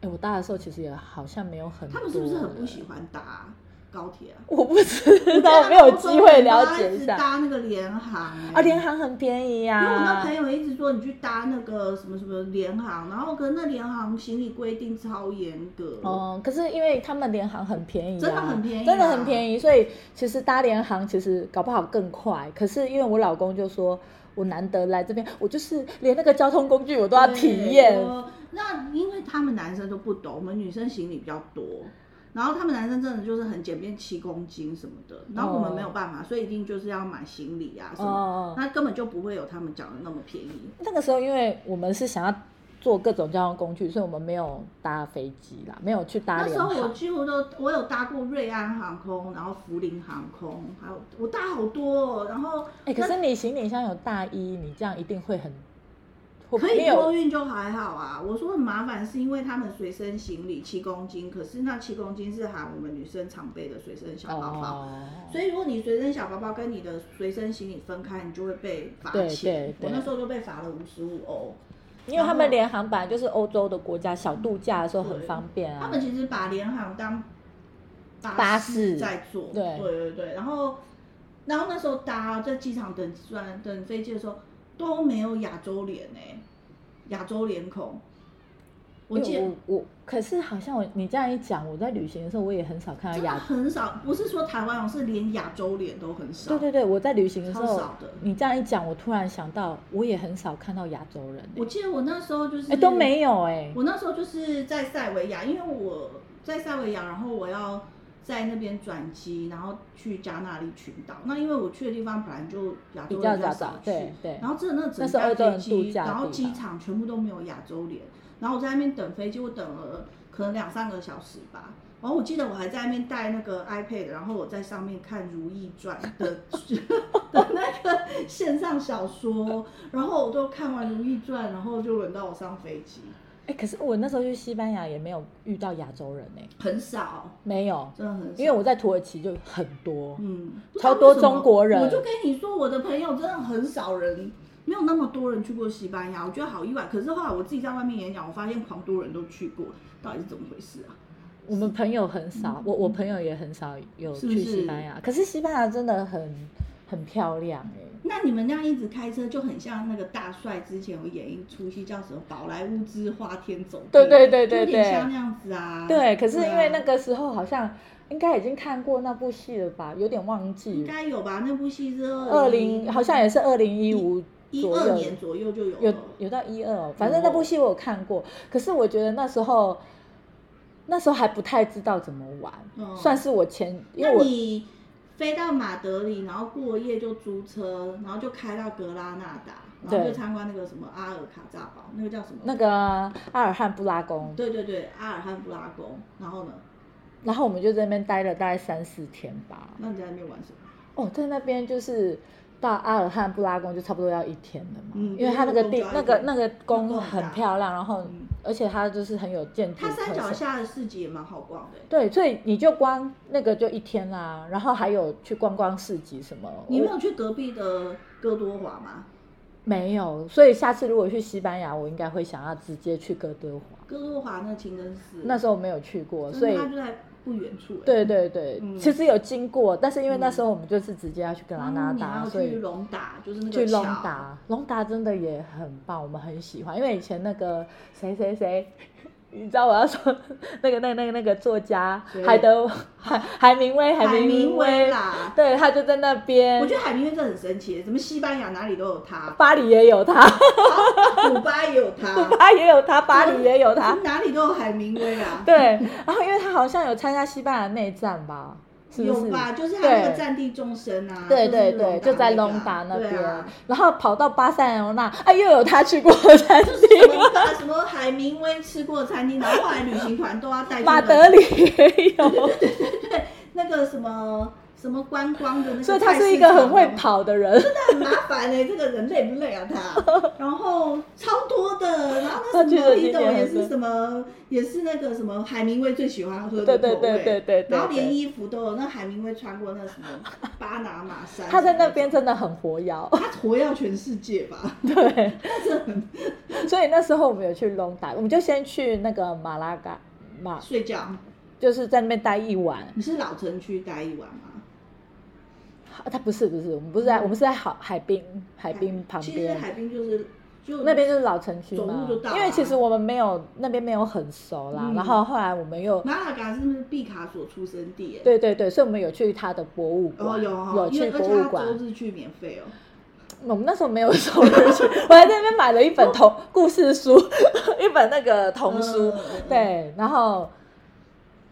[SPEAKER 1] 哎，我搭的时候其实也好像没有很多。
[SPEAKER 2] 他们是不是很不喜？欢搭高铁啊？
[SPEAKER 1] 我不 知
[SPEAKER 2] 我觉
[SPEAKER 1] 道，
[SPEAKER 2] 得
[SPEAKER 1] 没有机会了解一下。
[SPEAKER 2] 他们都一直搭那个联航、欸，
[SPEAKER 1] 啊，联。航很便宜
[SPEAKER 2] 因为我那
[SPEAKER 1] 啊
[SPEAKER 2] 朋。友一直说你去搭那个什么什么联航，然后可是那联航行李规定超严格，
[SPEAKER 1] 哦，可是因为他们联航很便宜、啊，
[SPEAKER 2] 嗯真的很便宜啊
[SPEAKER 1] 真的很便宜，所以其实搭联航其实搞不好更快。可是因为我老公就说，我难得来这边，我就是连那个交通工具我都要体验
[SPEAKER 2] 对。我那因为他们男生都不懂，我们女生行李比较多，然后他们男生真的就是很简便，七公斤什么的，然后我们没有办法，所以一定就是要买行李啊什么，
[SPEAKER 1] 哦，
[SPEAKER 2] 那根本就不会有他们讲的那么便宜。
[SPEAKER 1] 那个时候因为我们是想要坐各种交通工具，所以我们没有搭飞机啦，没有去搭
[SPEAKER 2] 那时
[SPEAKER 1] 联
[SPEAKER 2] 候我
[SPEAKER 1] 航。
[SPEAKER 2] 几乎都，我有搭过瑞安航空，然后福林航空，还有我搭好多、哦，然后
[SPEAKER 1] 哎、可是你行李箱有大衣，你这样一定会很我
[SPEAKER 2] 可以
[SPEAKER 1] 没
[SPEAKER 2] 托
[SPEAKER 1] 有
[SPEAKER 2] 运就还好啊。我说很麻烦，是因为他们随身行李七公斤，可是那七公斤是含我们女生常备的随身小包包。
[SPEAKER 1] 哦，
[SPEAKER 2] 所以如果你随身小包包跟你的随身行李分开，你就会被罚
[SPEAKER 1] 对
[SPEAKER 2] 钱。
[SPEAKER 1] 对对
[SPEAKER 2] 我那时候就被罚了五十五欧。
[SPEAKER 1] 因为他们联航本来就是欧洲的国家，小度假的时候很
[SPEAKER 2] 对
[SPEAKER 1] 方便啊。
[SPEAKER 2] 他们其实把联航当
[SPEAKER 1] 巴
[SPEAKER 2] 士
[SPEAKER 1] 士
[SPEAKER 2] 在做，
[SPEAKER 1] 对
[SPEAKER 2] 对对对然后，然后那时候搭在机场等转等飞机的时候都没有亚洲脸哎、亚洲脸孔。我
[SPEAKER 1] 因
[SPEAKER 2] 记
[SPEAKER 1] 为
[SPEAKER 2] 得
[SPEAKER 1] 我我可是好像我你这样一讲，我在旅行的时候我也很少看到
[SPEAKER 2] 真的
[SPEAKER 1] 亚。
[SPEAKER 2] 很少，不是说台湾哦，是连亚洲脸都很少。
[SPEAKER 1] 对对对，我在旅行的时
[SPEAKER 2] 超
[SPEAKER 1] 候
[SPEAKER 2] 少的，
[SPEAKER 1] 你这样一讲，我突然想到，我也很少看到亚洲人、欸，
[SPEAKER 2] 我记得我那时候就是、
[SPEAKER 1] 哎、都没有哎、
[SPEAKER 2] 我那时候就是在塞维亚，因为我在塞维亚，然后我要在那边转机，然后去加那利群岛。那因为我去的地方本来就亚洲
[SPEAKER 1] 比
[SPEAKER 2] 人
[SPEAKER 1] 较
[SPEAKER 2] 比较
[SPEAKER 1] 少
[SPEAKER 2] 少去，
[SPEAKER 1] 对对
[SPEAKER 2] 然后真的那整
[SPEAKER 1] 那是欧洲
[SPEAKER 2] 架飞
[SPEAKER 1] 人
[SPEAKER 2] 机，
[SPEAKER 1] 度假的
[SPEAKER 2] 然后
[SPEAKER 1] 地
[SPEAKER 2] 机
[SPEAKER 1] 方
[SPEAKER 2] 场全部都没有亚洲脸。然后我在那边等飞机，我等了可能两三个小时吧。然后我记得我还在那边带那个 iPad，然后我在上面看《如懿传》的的那个线上小说，然后我都看完《如懿传》，然后就轮到我上飞机。
[SPEAKER 1] 哎、可是我那时候去西班牙也没有遇到亚洲人哎、
[SPEAKER 2] 很少，
[SPEAKER 1] 没有，
[SPEAKER 2] 真的很少。
[SPEAKER 1] 因为我在土耳其就很多，
[SPEAKER 2] 嗯，
[SPEAKER 1] 超
[SPEAKER 2] 不知道
[SPEAKER 1] 多
[SPEAKER 2] 为什么
[SPEAKER 1] 中国人
[SPEAKER 2] 我就跟你说，我的朋友真的很少人，没有那么多人去过西班牙，我觉得好意外。可是后来我自己在外面演讲，我发现狂多人都去过，到底是怎么回事啊？
[SPEAKER 1] 我们朋友很少，我我朋友也很少有
[SPEAKER 2] 嗯是不是
[SPEAKER 1] 去西班牙，可是西班牙真的很很漂亮哎、
[SPEAKER 2] 那你们那样一直开车，就很像那个大帅之前有演一出戏叫什么《宝莱坞之花天走地》，
[SPEAKER 1] 对对对
[SPEAKER 2] 就有
[SPEAKER 1] 对
[SPEAKER 2] 点
[SPEAKER 1] 对
[SPEAKER 2] 像那样子啊。
[SPEAKER 1] 对，可是因为
[SPEAKER 2] 啊
[SPEAKER 1] 那个时候好像应该已经看过那部戏了吧，有点忘
[SPEAKER 2] 应
[SPEAKER 1] 记了。
[SPEAKER 2] 该有吧？那部戏是
[SPEAKER 1] 二零好像也是二零一五
[SPEAKER 2] 一
[SPEAKER 1] 左
[SPEAKER 2] 二
[SPEAKER 1] 右
[SPEAKER 2] 年左右嗯就有
[SPEAKER 1] 有
[SPEAKER 2] 了。
[SPEAKER 1] 有到一二哦，反正那部戏我有看过，可是我觉得那时候那时候还不太知道怎么玩，
[SPEAKER 2] 嗯
[SPEAKER 1] 算是我前，因
[SPEAKER 2] 那
[SPEAKER 1] 为我
[SPEAKER 2] 你飞到马德里，然后过夜就租车，然后就开到格拉纳达，然后
[SPEAKER 1] 对
[SPEAKER 2] 就参观那个什么阿尔卡扎堡，那个叫什么？
[SPEAKER 1] 那个阿尔汉布拉宫，
[SPEAKER 2] 对对对，阿尔汉布拉宫。然后呢？
[SPEAKER 1] 然后我们就在那边待了大概三四天吧。
[SPEAKER 2] 那你在那边玩什么？
[SPEAKER 1] 哦，在那边就是到阿尔汉布拉宫就差不多要一天了嘛，
[SPEAKER 2] 嗯
[SPEAKER 1] 因为它那个地那
[SPEAKER 2] 那
[SPEAKER 1] 个
[SPEAKER 2] 个宫
[SPEAKER 1] 那个
[SPEAKER 2] 那个
[SPEAKER 1] 宫
[SPEAKER 2] 很大
[SPEAKER 1] 很漂亮，然后、
[SPEAKER 2] 嗯
[SPEAKER 1] 而且它就是很有建筑
[SPEAKER 2] 它山脚
[SPEAKER 1] 特色。
[SPEAKER 2] 下的市集也蛮好逛的、欸
[SPEAKER 1] 对，所以你就光那个就一天啦，然后还有去逛逛市集什么。
[SPEAKER 2] 你没
[SPEAKER 1] 我
[SPEAKER 2] 有去隔壁的哥多华吗？
[SPEAKER 1] 没有？所以下次如果去西班牙，我应该会想要直接去哥德华。
[SPEAKER 2] 哥多华那清真寺，
[SPEAKER 1] 那时候没有去过，
[SPEAKER 2] 嗯真的
[SPEAKER 1] 所以
[SPEAKER 2] 它就在不远处、欸。
[SPEAKER 1] 对对对，
[SPEAKER 2] 嗯
[SPEAKER 1] 其实有经过，但是因为那时候我们就是直接要去格拉
[SPEAKER 2] 然
[SPEAKER 1] 纳
[SPEAKER 2] 哦后你还
[SPEAKER 1] 达，
[SPEAKER 2] 要
[SPEAKER 1] 所以
[SPEAKER 2] 去隆达，就是那个
[SPEAKER 1] 去隆
[SPEAKER 2] 桥
[SPEAKER 1] 达，隆达真的也很棒，我们很喜欢。因为以前那个谁谁谁，你知道我要说那个那个那个那个作家
[SPEAKER 2] 谁
[SPEAKER 1] 海德海海明威，
[SPEAKER 2] 海明
[SPEAKER 1] 明
[SPEAKER 2] 威
[SPEAKER 1] 威，
[SPEAKER 2] 啦。
[SPEAKER 1] 对他就在那
[SPEAKER 2] 我
[SPEAKER 1] 边
[SPEAKER 2] 觉，得海明威真的很神奇、欸，怎么西班牙哪里都有他，
[SPEAKER 1] 巴黎也有他，
[SPEAKER 2] 哦古巴也有他，
[SPEAKER 1] 巴黎也有他，巴黎也有他，
[SPEAKER 2] 哪里都有海明威啊。
[SPEAKER 1] 对。然后因为他好像有参加西班牙内战吧，是不
[SPEAKER 2] 有
[SPEAKER 1] 是？
[SPEAKER 2] 吧？就是他
[SPEAKER 1] 对
[SPEAKER 2] 那个战地纵深啊，
[SPEAKER 1] 对对
[SPEAKER 2] 是隆
[SPEAKER 1] 对，
[SPEAKER 2] 达
[SPEAKER 1] 就在
[SPEAKER 2] 那个
[SPEAKER 1] 隆达那
[SPEAKER 2] 对
[SPEAKER 1] 边，
[SPEAKER 2] 啊
[SPEAKER 1] 然后跑到巴塞罗那，啊，又有他去过 的餐厅，
[SPEAKER 2] 啊什么把什么海明威吃过的餐厅，然后后来旅行团都要带去
[SPEAKER 1] 马
[SPEAKER 2] 那个
[SPEAKER 1] 德里也有。
[SPEAKER 2] 那个什么什么观光的那个，
[SPEAKER 1] 所以他是一个
[SPEAKER 2] 啊
[SPEAKER 1] 很会，跑的人，
[SPEAKER 2] 真的很麻烦哎、这个人累不累啊他？ 然后超多的，然后
[SPEAKER 1] 他
[SPEAKER 2] 那
[SPEAKER 1] 去
[SPEAKER 2] 什么
[SPEAKER 1] 的景
[SPEAKER 2] 一
[SPEAKER 1] 点
[SPEAKER 2] 豆也
[SPEAKER 1] 很多
[SPEAKER 2] 是什么，也是那个什么海明威最喜欢喝的
[SPEAKER 1] 对对
[SPEAKER 2] 口味
[SPEAKER 1] 对对对对
[SPEAKER 2] 然后连
[SPEAKER 1] 对
[SPEAKER 2] 衣服都有，那海明威穿过那什么巴拿马 衫，
[SPEAKER 1] 他在那边。真的很活
[SPEAKER 2] 。
[SPEAKER 1] 跃
[SPEAKER 2] 他活跃全世界吧？
[SPEAKER 1] 对，
[SPEAKER 2] 但是很
[SPEAKER 1] 所以那时候我们有去隆达，我们就先去那个马拉嘎马，
[SPEAKER 2] 睡觉。
[SPEAKER 1] 就是在那边待一晚。
[SPEAKER 2] 你是老城区待一晚吗？
[SPEAKER 1] 啊他不是不是，我们不是在，我们是在海海滨海滨旁
[SPEAKER 2] 其实
[SPEAKER 1] 边，
[SPEAKER 2] 嗯海滨就是就
[SPEAKER 1] 那边就是老城区
[SPEAKER 2] 走
[SPEAKER 1] 嘛
[SPEAKER 2] 路就到。啊
[SPEAKER 1] 因为其实我们没有那边没有很熟啦，
[SPEAKER 2] 嗯
[SPEAKER 1] 然后后来我们又
[SPEAKER 2] 马拉嘎是不是毕卡索出生地耶？，
[SPEAKER 1] 对对对，所以我们有去他的博物
[SPEAKER 2] 哦
[SPEAKER 1] 馆，
[SPEAKER 2] 有哦因为
[SPEAKER 1] 去
[SPEAKER 2] 而
[SPEAKER 1] 博
[SPEAKER 2] 且
[SPEAKER 1] 物
[SPEAKER 2] 他
[SPEAKER 1] 馆
[SPEAKER 2] 周。日去免费哦。
[SPEAKER 1] 我们那时候没有收入去， 我还在那边买了一本童故事书， 一本那个童书，
[SPEAKER 2] 嗯嗯嗯
[SPEAKER 1] 对，然后，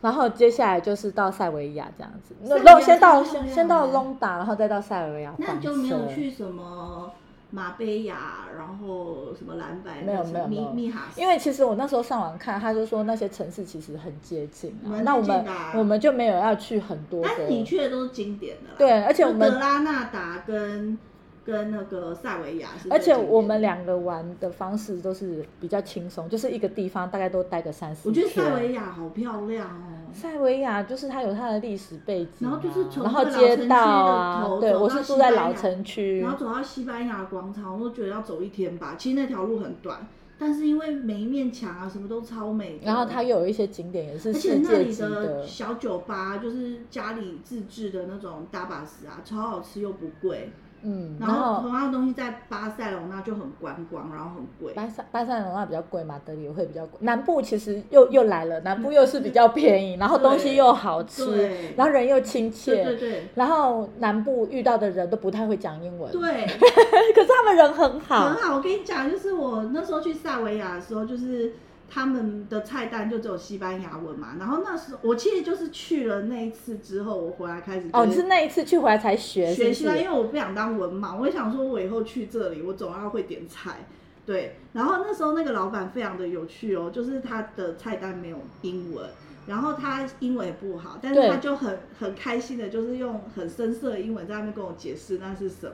[SPEAKER 1] 然后接下来就是到塞维亚这样子，
[SPEAKER 2] 塞
[SPEAKER 1] 那那
[SPEAKER 2] 维亚
[SPEAKER 1] 先到
[SPEAKER 2] 太漂亮
[SPEAKER 1] 先
[SPEAKER 2] 了
[SPEAKER 1] 先到隆达，然后再到塞维亚
[SPEAKER 2] 那
[SPEAKER 1] 放
[SPEAKER 2] 你就没有
[SPEAKER 1] 车
[SPEAKER 2] 去什么马贝亚，然后什么蓝白，
[SPEAKER 1] 没有没有没
[SPEAKER 2] 密
[SPEAKER 1] 有
[SPEAKER 2] 密哈斯，
[SPEAKER 1] 因为其实我那时候上网看，他就说那些城市其实很接近啊，
[SPEAKER 2] 蛮
[SPEAKER 1] 那我
[SPEAKER 2] 接近
[SPEAKER 1] 们
[SPEAKER 2] 的啊
[SPEAKER 1] 我们就没有要去很多
[SPEAKER 2] 但是你
[SPEAKER 1] 个，
[SPEAKER 2] 去的都是经典的啦。
[SPEAKER 1] 对，而且我
[SPEAKER 2] 就
[SPEAKER 1] 们
[SPEAKER 2] 格拉纳达跟跟那个塞维亚是最
[SPEAKER 1] 而且
[SPEAKER 2] 经典的
[SPEAKER 1] 我们两个玩的方式都是比较轻松，就是一个地方大概都待个三四
[SPEAKER 2] 我
[SPEAKER 1] 天。
[SPEAKER 2] 觉得塞维亚好漂亮哦。
[SPEAKER 1] 塞维亚就是它有它的历史背景啊、
[SPEAKER 2] 然后就是从
[SPEAKER 1] 然
[SPEAKER 2] 那
[SPEAKER 1] 后
[SPEAKER 2] 个老城
[SPEAKER 1] 街
[SPEAKER 2] 区
[SPEAKER 1] 道
[SPEAKER 2] 的
[SPEAKER 1] 啊
[SPEAKER 2] 头，
[SPEAKER 1] 对
[SPEAKER 2] 走
[SPEAKER 1] 我
[SPEAKER 2] 到
[SPEAKER 1] 是
[SPEAKER 2] 西
[SPEAKER 1] 住在
[SPEAKER 2] 班
[SPEAKER 1] 老
[SPEAKER 2] 牙
[SPEAKER 1] 城区
[SPEAKER 2] 然，后走到西班牙广场，我都觉得要走一天吧。其实那条路很短，但是因为每一面墙啊什么都超美的。
[SPEAKER 1] 然后它又有一些景点也是
[SPEAKER 2] 而且
[SPEAKER 1] 世
[SPEAKER 2] 那
[SPEAKER 1] 界
[SPEAKER 2] 里
[SPEAKER 1] 级的
[SPEAKER 2] 的，小酒吧就是家里自制的那种大巴斯啊，超好吃又不贵。
[SPEAKER 1] 嗯，
[SPEAKER 2] 然
[SPEAKER 1] 然
[SPEAKER 2] 后同
[SPEAKER 1] 后
[SPEAKER 2] 样的东西在巴塞隆那就很观光，然后很贵。
[SPEAKER 1] 巴塞巴塞罗那比较贵，马德里会比较贵，南部其实又又来了，南部又是比较便宜，然后东西又好吃，
[SPEAKER 2] 嗯对，
[SPEAKER 1] 然后人又亲切，
[SPEAKER 2] 对对对
[SPEAKER 1] 然后南部遇到的人都不太会讲英文，
[SPEAKER 2] 对，
[SPEAKER 1] 可是他们人很好
[SPEAKER 2] 很，好。我跟你讲，就是我那时候去塞维亚的时候，就是他们的菜单就只有西班牙文嘛。然后那时候我其实就是去了那一次之后，我回来开始
[SPEAKER 1] 哦，
[SPEAKER 2] 就
[SPEAKER 1] 你是那一次去回来才学，是
[SPEAKER 2] 学
[SPEAKER 1] 不
[SPEAKER 2] 西班牙，
[SPEAKER 1] 是？
[SPEAKER 2] 因为我不想当文盲，我也想说，我以后去这里，我总要会点菜。对，然后那时候那个老板非常的有趣哦，就是他的菜单没有英文，然后他英文也不好，但是
[SPEAKER 1] 对
[SPEAKER 2] 他就很很开心的，就是用很深色的英文在那边跟我解释那是什么。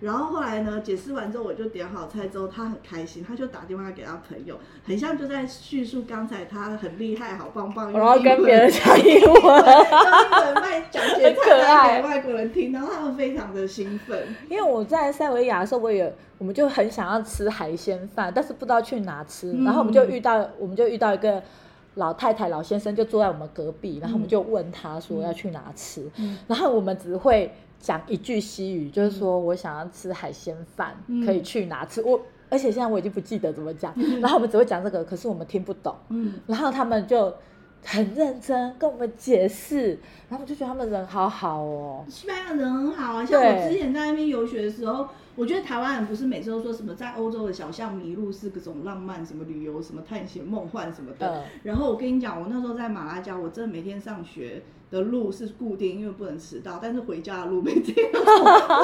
[SPEAKER 2] 然后后来呢，解释完之后，我就点好菜之后，他很开心，他就打电话给他朋友，很像就在叙述刚才他很厉害，好棒棒，
[SPEAKER 1] 然后
[SPEAKER 2] 用英
[SPEAKER 1] 跟
[SPEAKER 2] 文
[SPEAKER 1] 别人讲英 文。
[SPEAKER 2] 用英文卖讲解菜单给外国人听，然后他们非常的兴奋。
[SPEAKER 1] 因为我在塞维亚的时候，我也我们就很想要吃海鲜饭，但是不知道去哪吃，
[SPEAKER 2] 嗯
[SPEAKER 1] 然后我们就遇到我们就遇到一个老太太老先生就坐在我们隔壁，然后我们就问他说要去哪吃，
[SPEAKER 2] 嗯
[SPEAKER 1] 然后我们只会讲一句西语，就是说我想要吃海鲜饭，
[SPEAKER 2] 嗯
[SPEAKER 1] 可以去哪吃我。而且现在我已经不记得怎么讲，然后我们只会讲这个，可是我们听不懂。
[SPEAKER 2] 嗯，
[SPEAKER 1] 然后他们就很认真跟我们解释，然后我就觉得他们人好好哦。
[SPEAKER 2] 西班牙人很好啊，像我
[SPEAKER 1] 对
[SPEAKER 2] 之前在那边游学的时候，我觉得台湾人不是每次都说什么在欧洲的小巷迷路是各种浪漫，什么旅游、什么探险、梦幻什么的。
[SPEAKER 1] 嗯
[SPEAKER 2] 然后我跟你讲，我那时候在马拉加，我真的每天上学的路是固定，因为不能迟到，但是回家的路每天都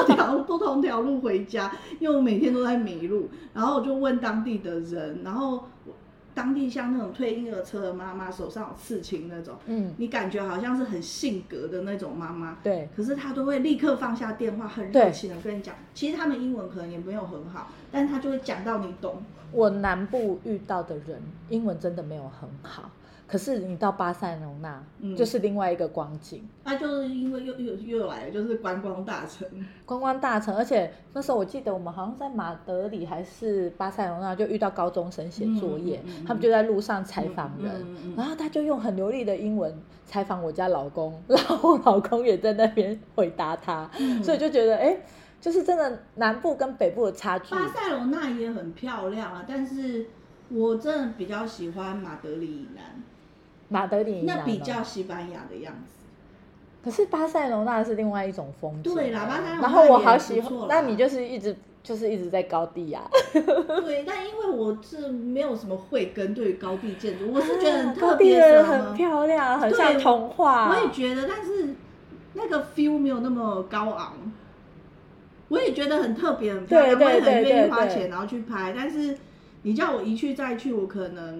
[SPEAKER 2] 不条不同条路回家，因为我每天都在迷路。然后我就问当地的人，然后我当地像那种推婴儿车的妈妈手上有刺青那种，
[SPEAKER 1] 嗯，
[SPEAKER 2] 你感觉好像是很性格的那种妈妈，
[SPEAKER 1] 对，
[SPEAKER 2] 可是她都会立刻放下电话，很热情的跟你讲。其实他们英文可能也没有很好，但是她就会讲到你懂。
[SPEAKER 1] 我南部遇到的人英文真的没有很好，可是你到巴塞隆那、
[SPEAKER 2] 嗯
[SPEAKER 1] 就是另外一个光景，
[SPEAKER 2] 那、就是因为又又又来了，就是观光大城。
[SPEAKER 1] 观光大城。而且那时候我记得我们好像在马德里还是巴塞隆那就遇到高中生写作业，
[SPEAKER 2] 嗯嗯嗯嗯
[SPEAKER 1] 他们就在路上采访人。
[SPEAKER 2] 嗯嗯嗯嗯
[SPEAKER 1] 然后他就用很流利的英文采访我家老公，然后我老公也在那边回答他，
[SPEAKER 2] 嗯
[SPEAKER 1] 所以就觉得哎、诶就是真的南部跟北部的差距。
[SPEAKER 2] 巴塞罗那也很漂亮啊，但是我真的比较喜欢马德里以南，
[SPEAKER 1] 马德里以南
[SPEAKER 2] 那
[SPEAKER 1] 哦
[SPEAKER 2] 比较西班牙的样子。
[SPEAKER 1] 可是巴塞罗那是另外一种风景啊，
[SPEAKER 2] 对啦巴塞罗那
[SPEAKER 1] 然后我好
[SPEAKER 2] 也
[SPEAKER 1] 喜
[SPEAKER 2] 不错
[SPEAKER 1] 欢，
[SPEAKER 2] 啦
[SPEAKER 1] 那你就是一直就是一直在高地啊，
[SPEAKER 2] 对，但因为我是没有什么慧根，对于高地建筑，我是觉得很
[SPEAKER 1] 高
[SPEAKER 2] 特
[SPEAKER 1] 地
[SPEAKER 2] 别，
[SPEAKER 1] 的人
[SPEAKER 2] 知道吗
[SPEAKER 1] 很漂亮，很
[SPEAKER 2] 对
[SPEAKER 1] 像童话。
[SPEAKER 2] 我也觉得，但是那个 feel 没有那么高昂。我也觉得很特别，很漂亮，
[SPEAKER 1] 对
[SPEAKER 2] 我也
[SPEAKER 1] 对
[SPEAKER 2] 很
[SPEAKER 1] 对
[SPEAKER 2] 愿意
[SPEAKER 1] 对
[SPEAKER 2] 花
[SPEAKER 1] 对
[SPEAKER 2] 钱然后去拍。但是你叫我一去再去，我可能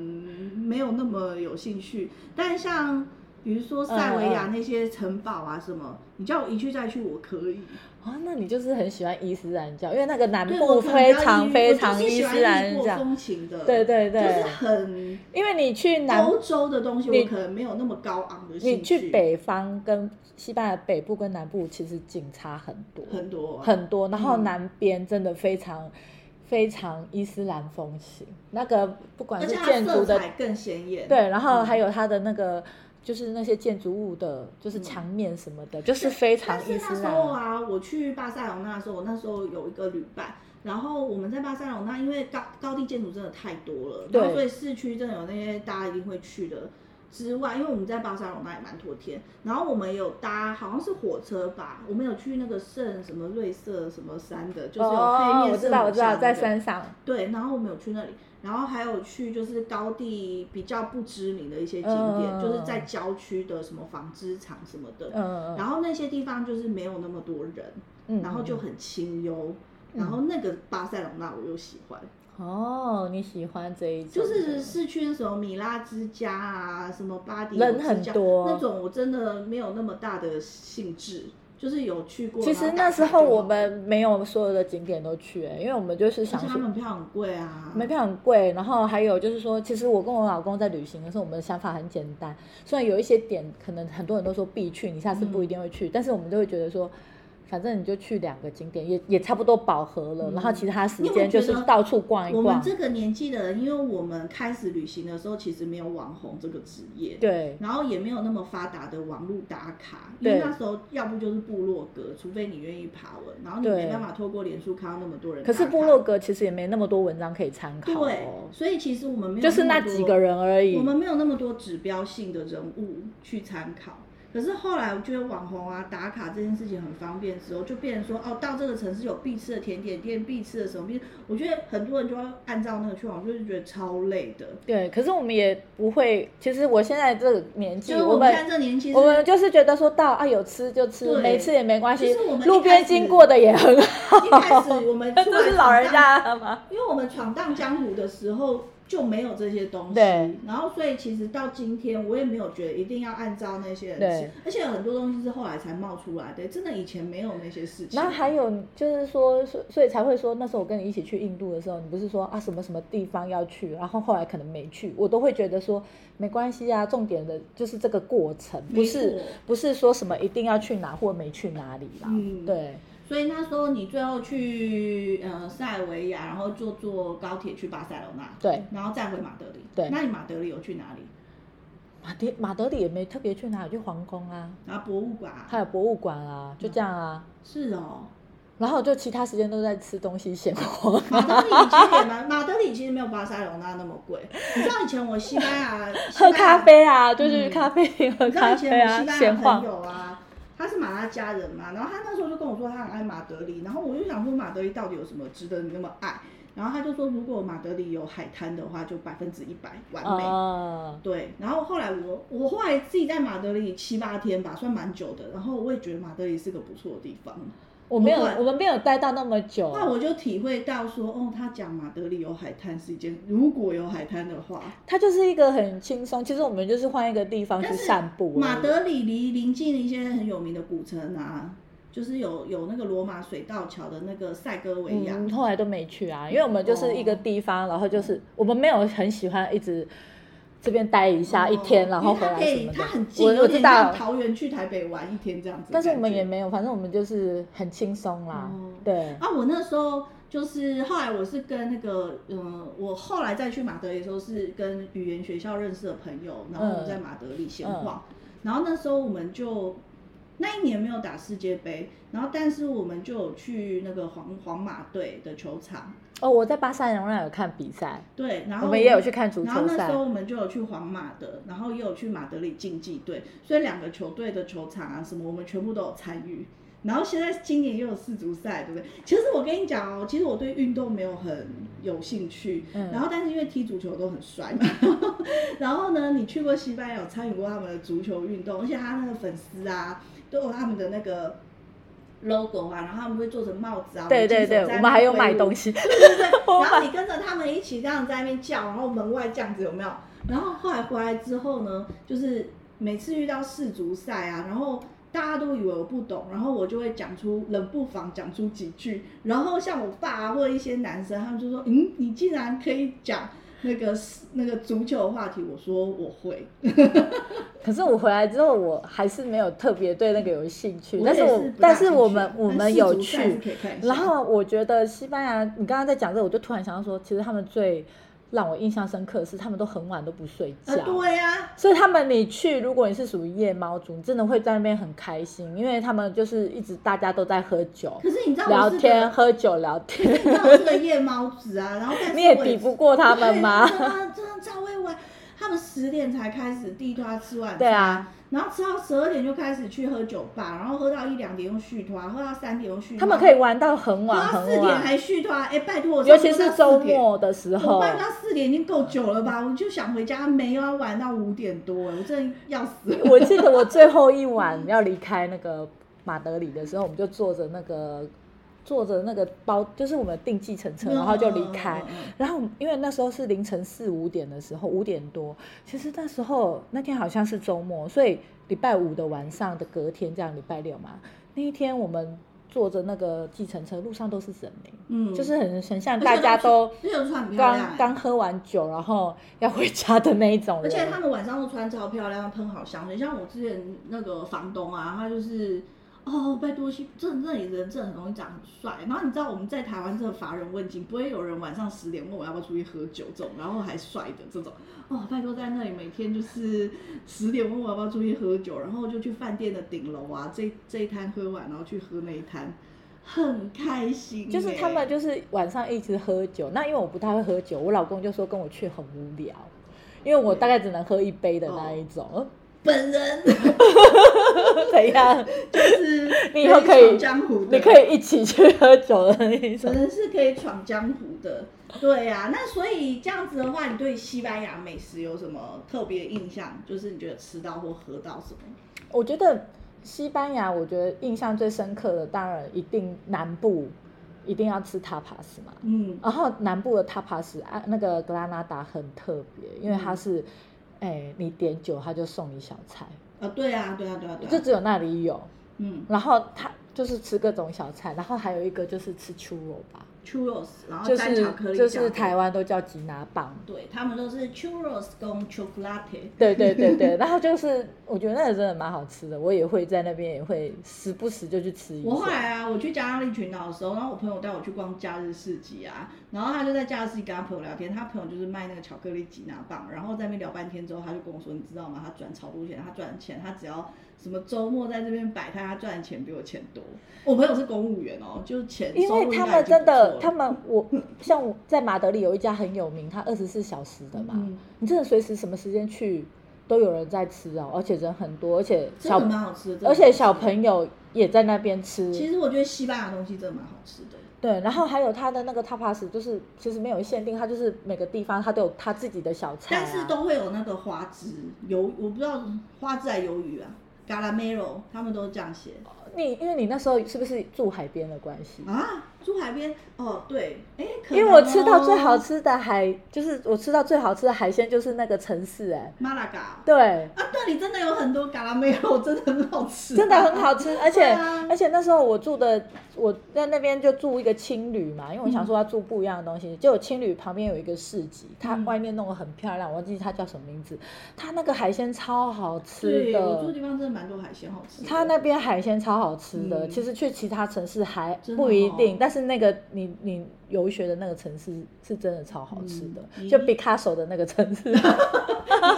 [SPEAKER 2] 没有那么有兴趣。但像比如说塞维亚
[SPEAKER 1] 嗯嗯
[SPEAKER 2] 那些城堡啊什么，你叫我一去再去，我可以。
[SPEAKER 1] 啊、那你就是很喜欢伊斯兰教，因为那个南
[SPEAKER 2] 对，
[SPEAKER 1] 部
[SPEAKER 2] 我可能比
[SPEAKER 1] 非
[SPEAKER 2] 较
[SPEAKER 1] 常
[SPEAKER 2] 异
[SPEAKER 1] 非
[SPEAKER 2] 我
[SPEAKER 1] 常
[SPEAKER 2] 就是喜
[SPEAKER 1] 伊
[SPEAKER 2] 欢
[SPEAKER 1] 斯
[SPEAKER 2] 异
[SPEAKER 1] 兰
[SPEAKER 2] 国
[SPEAKER 1] 教，
[SPEAKER 2] 风情的，
[SPEAKER 1] 对对对
[SPEAKER 2] 就是很
[SPEAKER 1] 因为你去南
[SPEAKER 2] 欧洲的东西，
[SPEAKER 1] 你
[SPEAKER 2] 我可能没有那么高昂的兴
[SPEAKER 1] 你
[SPEAKER 2] 趣。
[SPEAKER 1] 去北方跟西班牙北部跟南部其实景差很多
[SPEAKER 2] 很多啊
[SPEAKER 1] 很多，然后
[SPEAKER 2] 嗯
[SPEAKER 1] 南边真的非常、非常伊斯兰风情，那个不管
[SPEAKER 2] 而
[SPEAKER 1] 是
[SPEAKER 2] 且它
[SPEAKER 1] 建
[SPEAKER 2] 色
[SPEAKER 1] 筑的
[SPEAKER 2] 彩更鲜艳。
[SPEAKER 1] 对，然后
[SPEAKER 2] 嗯
[SPEAKER 1] 还有它的那个就是那些建筑物的，就是墙面什么的，就是非常
[SPEAKER 2] 但嗯是
[SPEAKER 1] 伊
[SPEAKER 2] 那
[SPEAKER 1] 斯
[SPEAKER 2] 时候
[SPEAKER 1] 兰。
[SPEAKER 2] 啊，我去巴塞罗那的时候，我那时候有一个旅伴，然后我们在巴塞罗那，因为高高地建筑真的太多了，然
[SPEAKER 1] 对
[SPEAKER 2] 后所以市区真的有那些大家一定会去的。之外，因为我们在巴塞罗那也蛮多天，然后我们有搭好像是火车吧，我们有去那个圣什么瑞瑟什么山的，就是有黑面
[SPEAKER 1] 哦，
[SPEAKER 2] 圣母山
[SPEAKER 1] 我知道，我知道，
[SPEAKER 2] 的
[SPEAKER 1] 在山上，
[SPEAKER 2] 对，然后我们有去那里，然后还有去就是高地比较不知名的一些景点，
[SPEAKER 1] 嗯
[SPEAKER 2] 就是在郊区的什么纺织厂什么的，
[SPEAKER 1] 嗯嗯
[SPEAKER 2] 然后那些地方就是没有那么多人，
[SPEAKER 1] 嗯，
[SPEAKER 2] 然后就
[SPEAKER 1] 嗯
[SPEAKER 2] 很清幽。然后那个巴塞隆纳我又喜欢，
[SPEAKER 1] 哦，你喜欢这一种，
[SPEAKER 2] 就是市区的什么米拉之家啊，什么巴迪
[SPEAKER 1] 人
[SPEAKER 2] 之
[SPEAKER 1] 很
[SPEAKER 2] 家
[SPEAKER 1] 多
[SPEAKER 2] 那种，我真的没有那么大的兴致。就是有去过。
[SPEAKER 1] 其实
[SPEAKER 2] 然后打
[SPEAKER 1] 那
[SPEAKER 2] 卡
[SPEAKER 1] 时候
[SPEAKER 2] 啊就
[SPEAKER 1] 我
[SPEAKER 2] 好
[SPEAKER 1] 们没有所有的景点都去、欸，因为我们就是
[SPEAKER 2] 而
[SPEAKER 1] 想
[SPEAKER 2] 且他
[SPEAKER 1] 说
[SPEAKER 2] 门票很贵啊，
[SPEAKER 1] 门票很贵，然后还有就是说，其实我跟我老公在旅行的时候，我们的想法很简单。虽然有一些点可能很多人都说必去，你下次不一定会去，但是我们都会觉得说，反正你就去两个景点，也也差不多饱和了。
[SPEAKER 2] 嗯
[SPEAKER 1] 然后其他时
[SPEAKER 2] 因为我
[SPEAKER 1] 间
[SPEAKER 2] 觉
[SPEAKER 1] 就
[SPEAKER 2] 得
[SPEAKER 1] 是到处逛一
[SPEAKER 2] 我们
[SPEAKER 1] 逛。
[SPEAKER 2] 这个年纪的人，因为我们开始旅行的时候，其实没有网红这个职业，
[SPEAKER 1] 对
[SPEAKER 2] 然后也没有那么发达的网络打卡，因为
[SPEAKER 1] 对
[SPEAKER 2] 那时候要不就是部落格，除非你愿意爬文，然后你
[SPEAKER 1] 对
[SPEAKER 2] 没办法透过脸书看到那么多人打
[SPEAKER 1] 可
[SPEAKER 2] 卡。
[SPEAKER 1] 是部落格其实也没那么多文章可以参考、
[SPEAKER 2] 对
[SPEAKER 1] 哦，，
[SPEAKER 2] 所以其实我们没有
[SPEAKER 1] 就是那
[SPEAKER 2] 么多
[SPEAKER 1] 几个人而已
[SPEAKER 2] 我。们没有那么多指标性的人物去参考。可是后来我觉得网红啊打卡这件事情很方便之后，就变成说哦，到这个城市有必吃的甜点店、必吃的什么必，我觉得很多人就要按照那个去玩，就是觉得超累的。
[SPEAKER 1] 对，可是我们也不会。其实我现在这个年纪，
[SPEAKER 2] 就是
[SPEAKER 1] 我
[SPEAKER 2] 我
[SPEAKER 1] 们
[SPEAKER 2] 们现在这年纪是，
[SPEAKER 1] 我们就是觉得说到啊有吃就吃，
[SPEAKER 2] 对
[SPEAKER 1] 没吃也没关系
[SPEAKER 2] 就是我们一开，始
[SPEAKER 1] 路边经过的也很 好。
[SPEAKER 2] 一开始我们出
[SPEAKER 1] 这
[SPEAKER 2] 来
[SPEAKER 1] 是老人
[SPEAKER 2] 闯荡，
[SPEAKER 1] 家的吗？
[SPEAKER 2] 因为我们闯荡江湖的时候就没有这些东西
[SPEAKER 1] 对，
[SPEAKER 2] 然后所以其实到今天我也没有觉得一定要按照那些人
[SPEAKER 1] 对
[SPEAKER 2] 吃，而且有很多东西是后来才冒出来的，真的以前没有那些事情。
[SPEAKER 1] 然后还有就是说，所所以才会说那时候我跟你一起去印度的时候，你不是说啊什么什么地方要去，然后后来可能没去，我都会觉得说没关系啊，重点的就是这个过程，不
[SPEAKER 2] 没
[SPEAKER 1] 是
[SPEAKER 2] 错
[SPEAKER 1] 不是说什么一定要去哪或没去哪里啦。
[SPEAKER 2] 嗯
[SPEAKER 1] 对
[SPEAKER 2] 所以那时候你最后去呃塞尔维亚，然后就坐高铁去巴塞罗那，
[SPEAKER 1] 对，
[SPEAKER 2] 然后再回马德里。
[SPEAKER 1] 对
[SPEAKER 2] 那你马德里有去哪里？
[SPEAKER 1] 马德马德里也没特别去哪里，去皇宫啊，
[SPEAKER 2] 然后博物馆啊、
[SPEAKER 1] 还有博物馆啊，就这样啊。
[SPEAKER 2] 是哦，
[SPEAKER 1] 然后就其他时间都在吃东西闲 活。
[SPEAKER 2] 马德里其实也蛮，马德里其实没有巴塞罗那那么贵。你知道以前我西班牙西 班
[SPEAKER 1] 喝
[SPEAKER 2] 牙
[SPEAKER 1] 咖啡啊，就是
[SPEAKER 2] 嗯
[SPEAKER 1] 咖啡 厅喝
[SPEAKER 2] 你知道
[SPEAKER 1] 咖
[SPEAKER 2] 以前
[SPEAKER 1] 啡
[SPEAKER 2] 我
[SPEAKER 1] 啊
[SPEAKER 2] 西，班牙
[SPEAKER 1] 闲
[SPEAKER 2] 朋
[SPEAKER 1] 晃。
[SPEAKER 2] 友啊，他是马拉加人嘛，然后他那时候就跟我说他很爱马德里，然后我就想说马德里到底有什么值得你那么爱？然后他就说如果马德里有海滩的话，就百分之一百完美。
[SPEAKER 1] 啊，
[SPEAKER 2] 对，然后后来我我后来自己在马德里七八天吧，算蛮久的。然后我也觉得马德里是个不错的地方。
[SPEAKER 1] 我没有
[SPEAKER 2] 我后来，
[SPEAKER 1] 我们没有待到那么久。啊
[SPEAKER 2] 后来我就体会到说，哦，他讲马德里有海滩是一件，如果有海滩的话，
[SPEAKER 1] 它就是一个很轻松，其实我们就是换一个地方去
[SPEAKER 2] 但是
[SPEAKER 1] 散步而啊已。
[SPEAKER 2] 马德里离临近一些很有名的古城啊，就是有有那个罗马水道桥的那个塞戈维亚，
[SPEAKER 1] 嗯，后来都没去啊，因为我们就是一个
[SPEAKER 2] 哦
[SPEAKER 1] 地方，然后就是我们没有很喜欢一直这边待一下、
[SPEAKER 2] 哦
[SPEAKER 1] 一天，然后回
[SPEAKER 2] 因
[SPEAKER 1] 来什
[SPEAKER 2] 为
[SPEAKER 1] 么
[SPEAKER 2] 哦它可以，它很
[SPEAKER 1] 的。
[SPEAKER 2] 近，
[SPEAKER 1] 我
[SPEAKER 2] 有
[SPEAKER 1] 我知
[SPEAKER 2] 点像
[SPEAKER 1] 道，
[SPEAKER 2] 桃园去台北玩一天这样子的感觉。
[SPEAKER 1] 但是我们也没有，反正我们就是很轻松啦
[SPEAKER 2] 哦。
[SPEAKER 1] 对，
[SPEAKER 2] 啊，我那时候就是后来我是跟那个嗯、呃我后来再去马德里的时候是跟语言学校认识的朋友，然后我们在马德里闲晃，然后那时候我们就那一年没有打世界杯，然后但是我们就有去那个皇皇马队的球场，
[SPEAKER 1] 哦，我在巴塞罗那有看比赛，
[SPEAKER 2] 对，然后
[SPEAKER 1] 我们也有去看足
[SPEAKER 2] 然后
[SPEAKER 1] 球
[SPEAKER 2] 那
[SPEAKER 1] 赛
[SPEAKER 2] 时。候我们就有去皇马的，然后也有去马德里竞技队，所以两个球队的球场啊什么，我们全部都有参与。然后现在今年又有世足赛，对不对？其实我跟你讲哦，其实我对运动没有很有兴趣，
[SPEAKER 1] 嗯
[SPEAKER 2] 然后但是因为踢足球都很帅嘛， 然后呢，你去过西班牙有参与过他们的足球运动，而且他那个粉丝啊都有他们的那个 logo 啊，然后他们会做成帽子啊，
[SPEAKER 1] 对对对，
[SPEAKER 2] 金手在
[SPEAKER 1] 我
[SPEAKER 2] 那
[SPEAKER 1] 们还有
[SPEAKER 2] 挥
[SPEAKER 1] 买
[SPEAKER 2] 舞
[SPEAKER 1] 东西。
[SPEAKER 2] 对对对，然后你跟着他们一起这样在那边叫，然后门外这样子有没有？然后后来回来之后呢，就是每次遇到世足赛啊，然后大家都以为我不懂，然后我就会讲出冷不防讲出几句，然后像我爸、啊、或一些男生，他们就说：“嗯，你竟然可以讲那个那个足球话题。”我说我会，
[SPEAKER 1] 可是我回来之后，我还是没有特别对那个有兴趣。
[SPEAKER 2] 我
[SPEAKER 1] 但
[SPEAKER 2] 也
[SPEAKER 1] 是我
[SPEAKER 2] 是不大
[SPEAKER 1] 但
[SPEAKER 2] 兴
[SPEAKER 1] 是
[SPEAKER 2] 趣
[SPEAKER 1] 我们我
[SPEAKER 2] 但
[SPEAKER 1] 们
[SPEAKER 2] 世
[SPEAKER 1] 有
[SPEAKER 2] 足赛是
[SPEAKER 1] 去
[SPEAKER 2] 可以看一，下
[SPEAKER 1] 然后我觉得西班牙，你刚刚在讲这个，我就突然想到说，其实他们最让我印象深刻的是，他们都很晚都不睡觉。
[SPEAKER 2] 啊，对呀、啊，
[SPEAKER 1] 所以他们，你去，如果你是属于夜猫族，你真的会在那边很开心，因为他们就是一直大家都在喝酒、
[SPEAKER 2] 可是你知道
[SPEAKER 1] 聊
[SPEAKER 2] 我是
[SPEAKER 1] 天、
[SPEAKER 2] 个，
[SPEAKER 1] 喝酒、聊天。
[SPEAKER 2] 你知道我是个夜猫子啊，然后但是
[SPEAKER 1] 你也
[SPEAKER 2] 我
[SPEAKER 1] 抵
[SPEAKER 2] 是
[SPEAKER 1] 不过他们吗？
[SPEAKER 2] 对真的真的超会玩，他们十点才开始第一顿要吃晚餐，
[SPEAKER 1] 对啊，
[SPEAKER 2] 然后吃到十二点就开始去喝酒吧，然后喝到一两点又续拖，喝到三点又续拖，
[SPEAKER 1] 他们可以玩到很
[SPEAKER 2] 喝
[SPEAKER 1] 晚
[SPEAKER 2] 到四
[SPEAKER 1] 很
[SPEAKER 2] 点
[SPEAKER 1] 晚，
[SPEAKER 2] 还续拖，哎，拜托，我
[SPEAKER 1] 尤其
[SPEAKER 2] 上
[SPEAKER 1] 是
[SPEAKER 2] 次到
[SPEAKER 1] 周
[SPEAKER 2] 4点。
[SPEAKER 1] 末的时
[SPEAKER 2] 我
[SPEAKER 1] 候。
[SPEAKER 2] 办到四点已经够久了吧？我就想回家，没有要玩到五点多，我真的要死了。
[SPEAKER 1] 我记得我最后一晚要离开那个马德里的时候，我们就坐着那个坐着那个包，就是我们订计程车，然后就离开
[SPEAKER 2] 嗯。嗯嗯嗯
[SPEAKER 1] 然后因为那时候是凌晨四五点的时候，五点多，其实那时候那天好像是周末，所以礼拜五的晚上的隔天，这样礼拜六嘛。那一天我们坐着那个计程车，路上都是人民，
[SPEAKER 2] 嗯，
[SPEAKER 1] 就是很很像
[SPEAKER 2] 而且
[SPEAKER 1] 大家都
[SPEAKER 2] 而且都穿很漂亮、
[SPEAKER 1] 刚
[SPEAKER 2] 欸，
[SPEAKER 1] 刚喝完酒，然后要回家的那一种人。
[SPEAKER 2] 而 且他们晚上都穿超漂亮，喷好香水。像我之前那个房东啊，他就是哦，拜多西，这那里人真的很容易长很帅。然后你知道我们在台湾真的乏人问津，不会有人晚上十点问我要不要出去喝酒这种，然后还帅的这种。哦，拜托在那里每天就是十点问我要不要出去喝酒，然后就去饭店的顶楼啊，这这一摊喝完，然后去喝那一摊，很开心欸、
[SPEAKER 1] 就是他们就是晚上一直喝酒，那因为我不太会喝酒，我老公就说跟我去很无聊，因为我大概只能喝一杯的那一种，
[SPEAKER 2] 嗯本 人
[SPEAKER 1] 怎样？
[SPEAKER 2] 就是
[SPEAKER 1] 你以后可以
[SPEAKER 2] 闯江湖的，
[SPEAKER 1] 你可以一起去喝酒的那一种
[SPEAKER 2] 真。的是可以闯江湖的。对呀、那所以这样子的话，你对西班牙美食有什么特别印象？就是你觉得吃到或喝到什么？
[SPEAKER 1] 我觉得西班牙，我觉得印象最深刻的，当然一定南部一定要吃 tapas 嘛。
[SPEAKER 2] 嗯，
[SPEAKER 1] 然后南部的 tapas 啊，那个格拉纳达很特别，因为它
[SPEAKER 2] 嗯
[SPEAKER 1] 是，哎、你点酒他就送你小菜，
[SPEAKER 2] 啊，对啊，对啊，对啊，对
[SPEAKER 1] 就
[SPEAKER 2] 啊，
[SPEAKER 1] 只有那里有。
[SPEAKER 2] 嗯
[SPEAKER 1] 然后他就是吃各种小菜，然后还有一个就是吃 churro 吧，
[SPEAKER 2] ，churros，然后
[SPEAKER 1] 就
[SPEAKER 2] 沾哦巧克
[SPEAKER 1] 是
[SPEAKER 2] 力，
[SPEAKER 1] 就是台，湾都叫吉拿棒。
[SPEAKER 2] 对他们都是 churros 跟 chocolate。
[SPEAKER 1] 对对对对，然后就是我觉得那个真的蛮好吃的，我也会在那边也会时不时就去吃一下。
[SPEAKER 2] 我后来啊，我去加拉利群岛的时候，然后我朋友带我去逛假日市集啊，然后他就在假日市集跟他朋友聊天，他朋友就是卖那个巧克力吉拿棒，然后在那边聊半天之后，他就跟我说，你知道吗？他赚超多钱，他赚钱，他只要什么周末在这边摆摊，他赚的钱比我钱多。我朋友是公务员哦，就是钱，
[SPEAKER 1] 因
[SPEAKER 2] 收入
[SPEAKER 1] 为
[SPEAKER 2] 应
[SPEAKER 1] 他
[SPEAKER 2] 该已
[SPEAKER 1] 们
[SPEAKER 2] 经
[SPEAKER 1] 真的，
[SPEAKER 2] 不错了
[SPEAKER 1] 他们我像我在马德里有一家很有名，它二十四小时的嘛，
[SPEAKER 2] 嗯
[SPEAKER 1] 你真的随时什么时间去都有人在吃哦，而且人很多，而且
[SPEAKER 2] 真
[SPEAKER 1] 小
[SPEAKER 2] 的蛮好吃的，真的
[SPEAKER 1] 而
[SPEAKER 2] 蛮
[SPEAKER 1] 且
[SPEAKER 2] 好吃
[SPEAKER 1] 小
[SPEAKER 2] 的。
[SPEAKER 1] 朋友也在那边吃。
[SPEAKER 2] 其实我觉得西班牙东西真的蛮好吃的，
[SPEAKER 1] 对，然后还有它的那个 tapas，就是其实没有限定，它就是每个地方它都有它自己的小菜、啊。
[SPEAKER 2] 但是都会有那个花枝鱿，我不知道花枝还是鱿鱼啊 g a l a m e r o 他们都是这样写。
[SPEAKER 1] 你因为你那时候是不是住海边的关系？
[SPEAKER 2] 啊，珠海边哦，对，哎，可
[SPEAKER 1] 因为
[SPEAKER 2] 能
[SPEAKER 1] 我吃到最
[SPEAKER 2] 哦
[SPEAKER 1] 好吃的海，就是我吃到最好吃的海鲜就是那个城市、哎，
[SPEAKER 2] 马拉嘎
[SPEAKER 1] 对，
[SPEAKER 2] 啊，那里真的有很多嘎拉梅肉，真的很好 吃、啊
[SPEAKER 1] 真的很。好吃，而且、
[SPEAKER 2] 对啊
[SPEAKER 1] 而且那时候我住的我在那边就住一个青旅嘛，因为我想说要住不一样的东西，结果青旅旁边有一个市集，它
[SPEAKER 2] 嗯
[SPEAKER 1] 外面弄得很漂亮，我忘记它叫什么名字，它那个海鲜超好吃
[SPEAKER 2] 对，
[SPEAKER 1] 的。
[SPEAKER 2] 我住的地方真的蛮多海鲜好吃的。
[SPEAKER 1] 他那边海鲜超好吃的，
[SPEAKER 2] 嗯
[SPEAKER 1] 其实去其他城市还
[SPEAKER 2] 真的
[SPEAKER 1] 不一定，
[SPEAKER 2] 哦
[SPEAKER 1] 但是那个你你游学的那个城市是真的超好吃的，
[SPEAKER 2] 嗯
[SPEAKER 1] 就
[SPEAKER 2] 你
[SPEAKER 1] 毕卡索的那个城 市。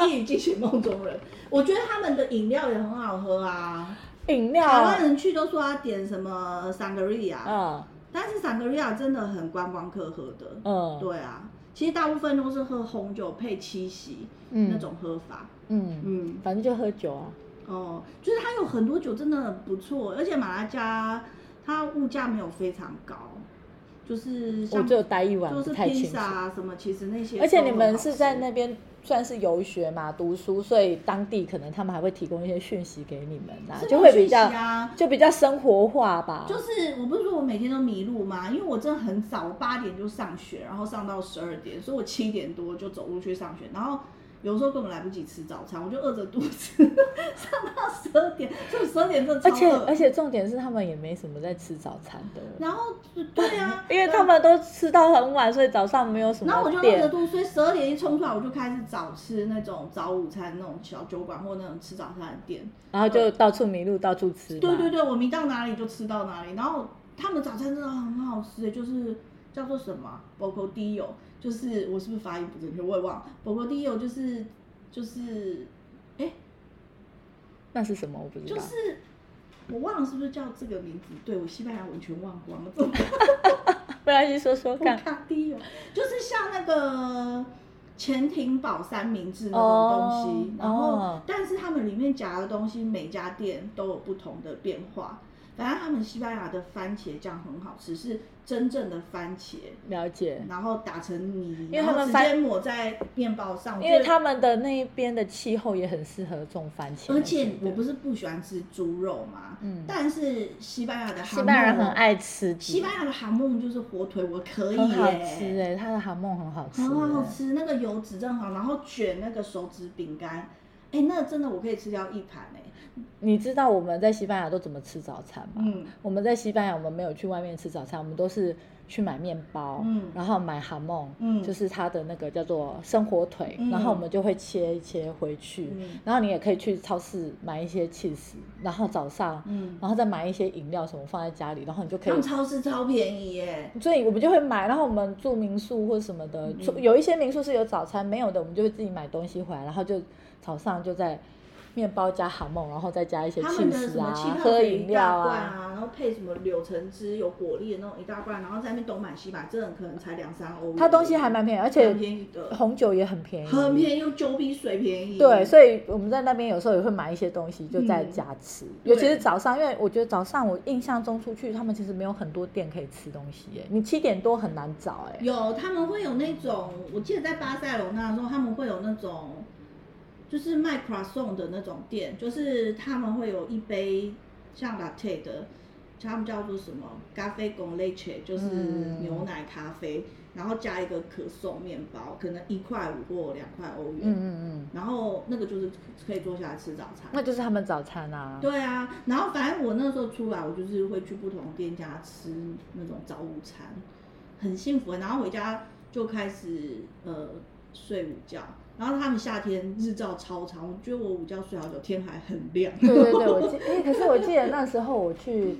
[SPEAKER 2] 一语惊醒梦中人，我觉得他们的饮料也很好喝啊。
[SPEAKER 1] 饮
[SPEAKER 2] 台
[SPEAKER 1] 料
[SPEAKER 2] 湾，人去都说要点什么 sangria，、
[SPEAKER 1] 嗯
[SPEAKER 2] 但是 sangria 真的很观光客喝的。
[SPEAKER 1] 嗯
[SPEAKER 2] 对啊，其实大部分都是喝红酒配七喜、那
[SPEAKER 1] 嗯
[SPEAKER 2] 种喝法。
[SPEAKER 1] 嗯，
[SPEAKER 2] 嗯，
[SPEAKER 1] 反正就喝酒啊。
[SPEAKER 2] 哦，就是它有很多酒真的很不错，而且马拉加它物价没有非常高，就是
[SPEAKER 1] 我
[SPEAKER 2] 像
[SPEAKER 1] 只有待一晚，
[SPEAKER 2] 就
[SPEAKER 1] 不
[SPEAKER 2] 是
[SPEAKER 1] 太
[SPEAKER 2] 披
[SPEAKER 1] 清楚
[SPEAKER 2] 萨。啊什么，其实那些
[SPEAKER 1] 而且
[SPEAKER 2] 都
[SPEAKER 1] 你
[SPEAKER 2] 很
[SPEAKER 1] 们
[SPEAKER 2] 好
[SPEAKER 1] 是
[SPEAKER 2] 吃
[SPEAKER 1] 在那边算是游学嘛，读书，所以当地可能他们还会提供一些讯息给你们啦，
[SPEAKER 2] 是
[SPEAKER 1] 就
[SPEAKER 2] 没
[SPEAKER 1] 会
[SPEAKER 2] 有
[SPEAKER 1] 比
[SPEAKER 2] 讯息
[SPEAKER 1] 较、
[SPEAKER 2] 啊
[SPEAKER 1] 就比较生活化吧。
[SPEAKER 2] 就是我不是说我每天都迷路吗？因为我真的很早，我八点就上学，然后上到十二点，所以我七点多就走路去上学，然后有时候根本来不及吃早餐，我就饿着肚子 上到十二点，所以十二点真的超
[SPEAKER 1] 而且
[SPEAKER 2] 饿。
[SPEAKER 1] 而且重点是他们也没什么在吃早餐的。，
[SPEAKER 2] 然后对啊
[SPEAKER 1] 因为
[SPEAKER 2] 对啊
[SPEAKER 1] 他们都吃到很晚，所以早上没有什
[SPEAKER 2] 然后我就
[SPEAKER 1] 么
[SPEAKER 2] 饿着
[SPEAKER 1] 店。
[SPEAKER 2] 肚子，所以十二点一冲出来，我就开始找吃那种早午餐那种小酒馆或那种吃早餐的店。
[SPEAKER 1] 然后就到处迷路，到处吃嘛。
[SPEAKER 2] 对对对，我迷到哪里就吃到哪里。然后他们早餐真的很好吃，欸就是叫做什么 b o c o d i o 就是我是不是发音不正确，我也忘了。b o c o d i o 就是就是哎，
[SPEAKER 1] 那是什么？我不知
[SPEAKER 2] 就
[SPEAKER 1] 道。
[SPEAKER 2] 是我忘了是不是叫这个名字？对我西班牙文全忘光了，怎么办？
[SPEAKER 1] 不然你说说
[SPEAKER 2] 我
[SPEAKER 1] 看。
[SPEAKER 2] 卡低哦，就是像那个潜艇堡三明治那种东西
[SPEAKER 1] 哦，
[SPEAKER 2] 然后、
[SPEAKER 1] 哦
[SPEAKER 2] 但是他们里面夹的东西，每家店都有不同的变化。反正他们西班牙的番茄酱很好吃，是真正的番茄，
[SPEAKER 1] 了解，
[SPEAKER 2] 然后打成泥，
[SPEAKER 1] 因为
[SPEAKER 2] 然
[SPEAKER 1] 他
[SPEAKER 2] 后
[SPEAKER 1] 们
[SPEAKER 2] 直
[SPEAKER 1] 番
[SPEAKER 2] 接抹在面包上。我
[SPEAKER 1] 因
[SPEAKER 2] 觉
[SPEAKER 1] 为
[SPEAKER 2] 得
[SPEAKER 1] 他们的那一边的气候也很适合种番茄。
[SPEAKER 2] 而且我不
[SPEAKER 1] 是，
[SPEAKER 2] 是不喜欢吃猪肉嘛，
[SPEAKER 1] 嗯
[SPEAKER 2] 但是西班牙的
[SPEAKER 1] 西班牙人
[SPEAKER 2] jamón
[SPEAKER 1] 很，爱吃，
[SPEAKER 2] 啊西班牙的哈梦就是火腿，我可以耶、
[SPEAKER 1] 很好吃哎，它的蛤蟆很好吃，
[SPEAKER 2] 很好，吃，那个油脂正好，然后卷那个手指饼干，哎、那真的我可以吃掉一盘哎、
[SPEAKER 1] 你知道我们在西班牙都怎么吃早餐吗？
[SPEAKER 2] 嗯
[SPEAKER 1] 我们在西班牙，我们没有去外面吃早餐，我们都是去买面包，
[SPEAKER 2] 嗯
[SPEAKER 1] 然后买哈梦，
[SPEAKER 2] 嗯
[SPEAKER 1] 就是它的那个叫做生火腿，
[SPEAKER 2] 嗯
[SPEAKER 1] 然后我们就会切一切回去，
[SPEAKER 2] 嗯
[SPEAKER 1] 然后你也可以去超市买一些 cheese，然后早上，
[SPEAKER 2] 嗯，
[SPEAKER 1] 然后再买一些饮料什么放在家里，然后你就可
[SPEAKER 2] 他们
[SPEAKER 1] 以。
[SPEAKER 2] 超市超便宜耶、
[SPEAKER 1] 所以我们就会买，然后我们住民宿或什么的，
[SPEAKER 2] 嗯
[SPEAKER 1] 住有一些民宿是有早餐，没有的我们就会自己买东西回来，然后就早上就在面包加哈梦，然后再加一些
[SPEAKER 2] 他们的
[SPEAKER 1] cheese
[SPEAKER 2] 什么
[SPEAKER 1] 啊
[SPEAKER 2] 气，泡
[SPEAKER 1] 喝
[SPEAKER 2] 水
[SPEAKER 1] 饮
[SPEAKER 2] 一
[SPEAKER 1] 料
[SPEAKER 2] 大罐
[SPEAKER 1] 啊，
[SPEAKER 2] 啊，然后配什么柳橙汁、有果粒的那种一大罐，然后在那边东买西买，这很可能才两三欧元。
[SPEAKER 1] 它东西还蛮便宜，而且
[SPEAKER 2] 很便宜的，
[SPEAKER 1] 红酒也很便宜，
[SPEAKER 2] 很
[SPEAKER 1] 宜。
[SPEAKER 2] 便宜，又酒比水便宜。
[SPEAKER 1] 对，所以我们在那边有时候也会买一些东西，就在家吃。
[SPEAKER 2] 对
[SPEAKER 1] 尤其是早上，因为我觉得早上我印象中出去，他们其实没有很多店可以吃东西耶。你七点多很难找哎。
[SPEAKER 2] 有，他们会有那种，我记得在巴塞罗那的时候，他们会有那种，就是卖 croissant 的那种店，就是他们会有一杯像 latte 的，他们叫做什么咖啡 con leche，就是
[SPEAKER 1] 嗯
[SPEAKER 2] 牛奶咖啡，然后加一个可颂面包，可能一块五或两块欧元，
[SPEAKER 1] 嗯嗯嗯，
[SPEAKER 2] 然后那个就是可以坐下来吃早餐。
[SPEAKER 1] 那就是他们早餐啊。
[SPEAKER 2] 对啊，然后反正我那时候出来，我就是会去不同的店家吃那种早午餐，很幸福。欸然后回家就开始呃睡午觉，然后他们夏天日照超长，我觉得我午觉睡好久，天还很亮。
[SPEAKER 1] 对对对，我记，哎、可是我记得那时候我去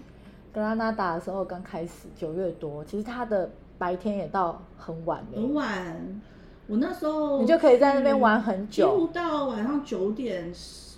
[SPEAKER 1] 格拉纳达的时候，刚开始九月多，其实它的白天也到很晚了。
[SPEAKER 2] 很晚，我那时候
[SPEAKER 1] 你就可以在那边
[SPEAKER 2] 去
[SPEAKER 1] 玩很久
[SPEAKER 2] 几乎到晚上九点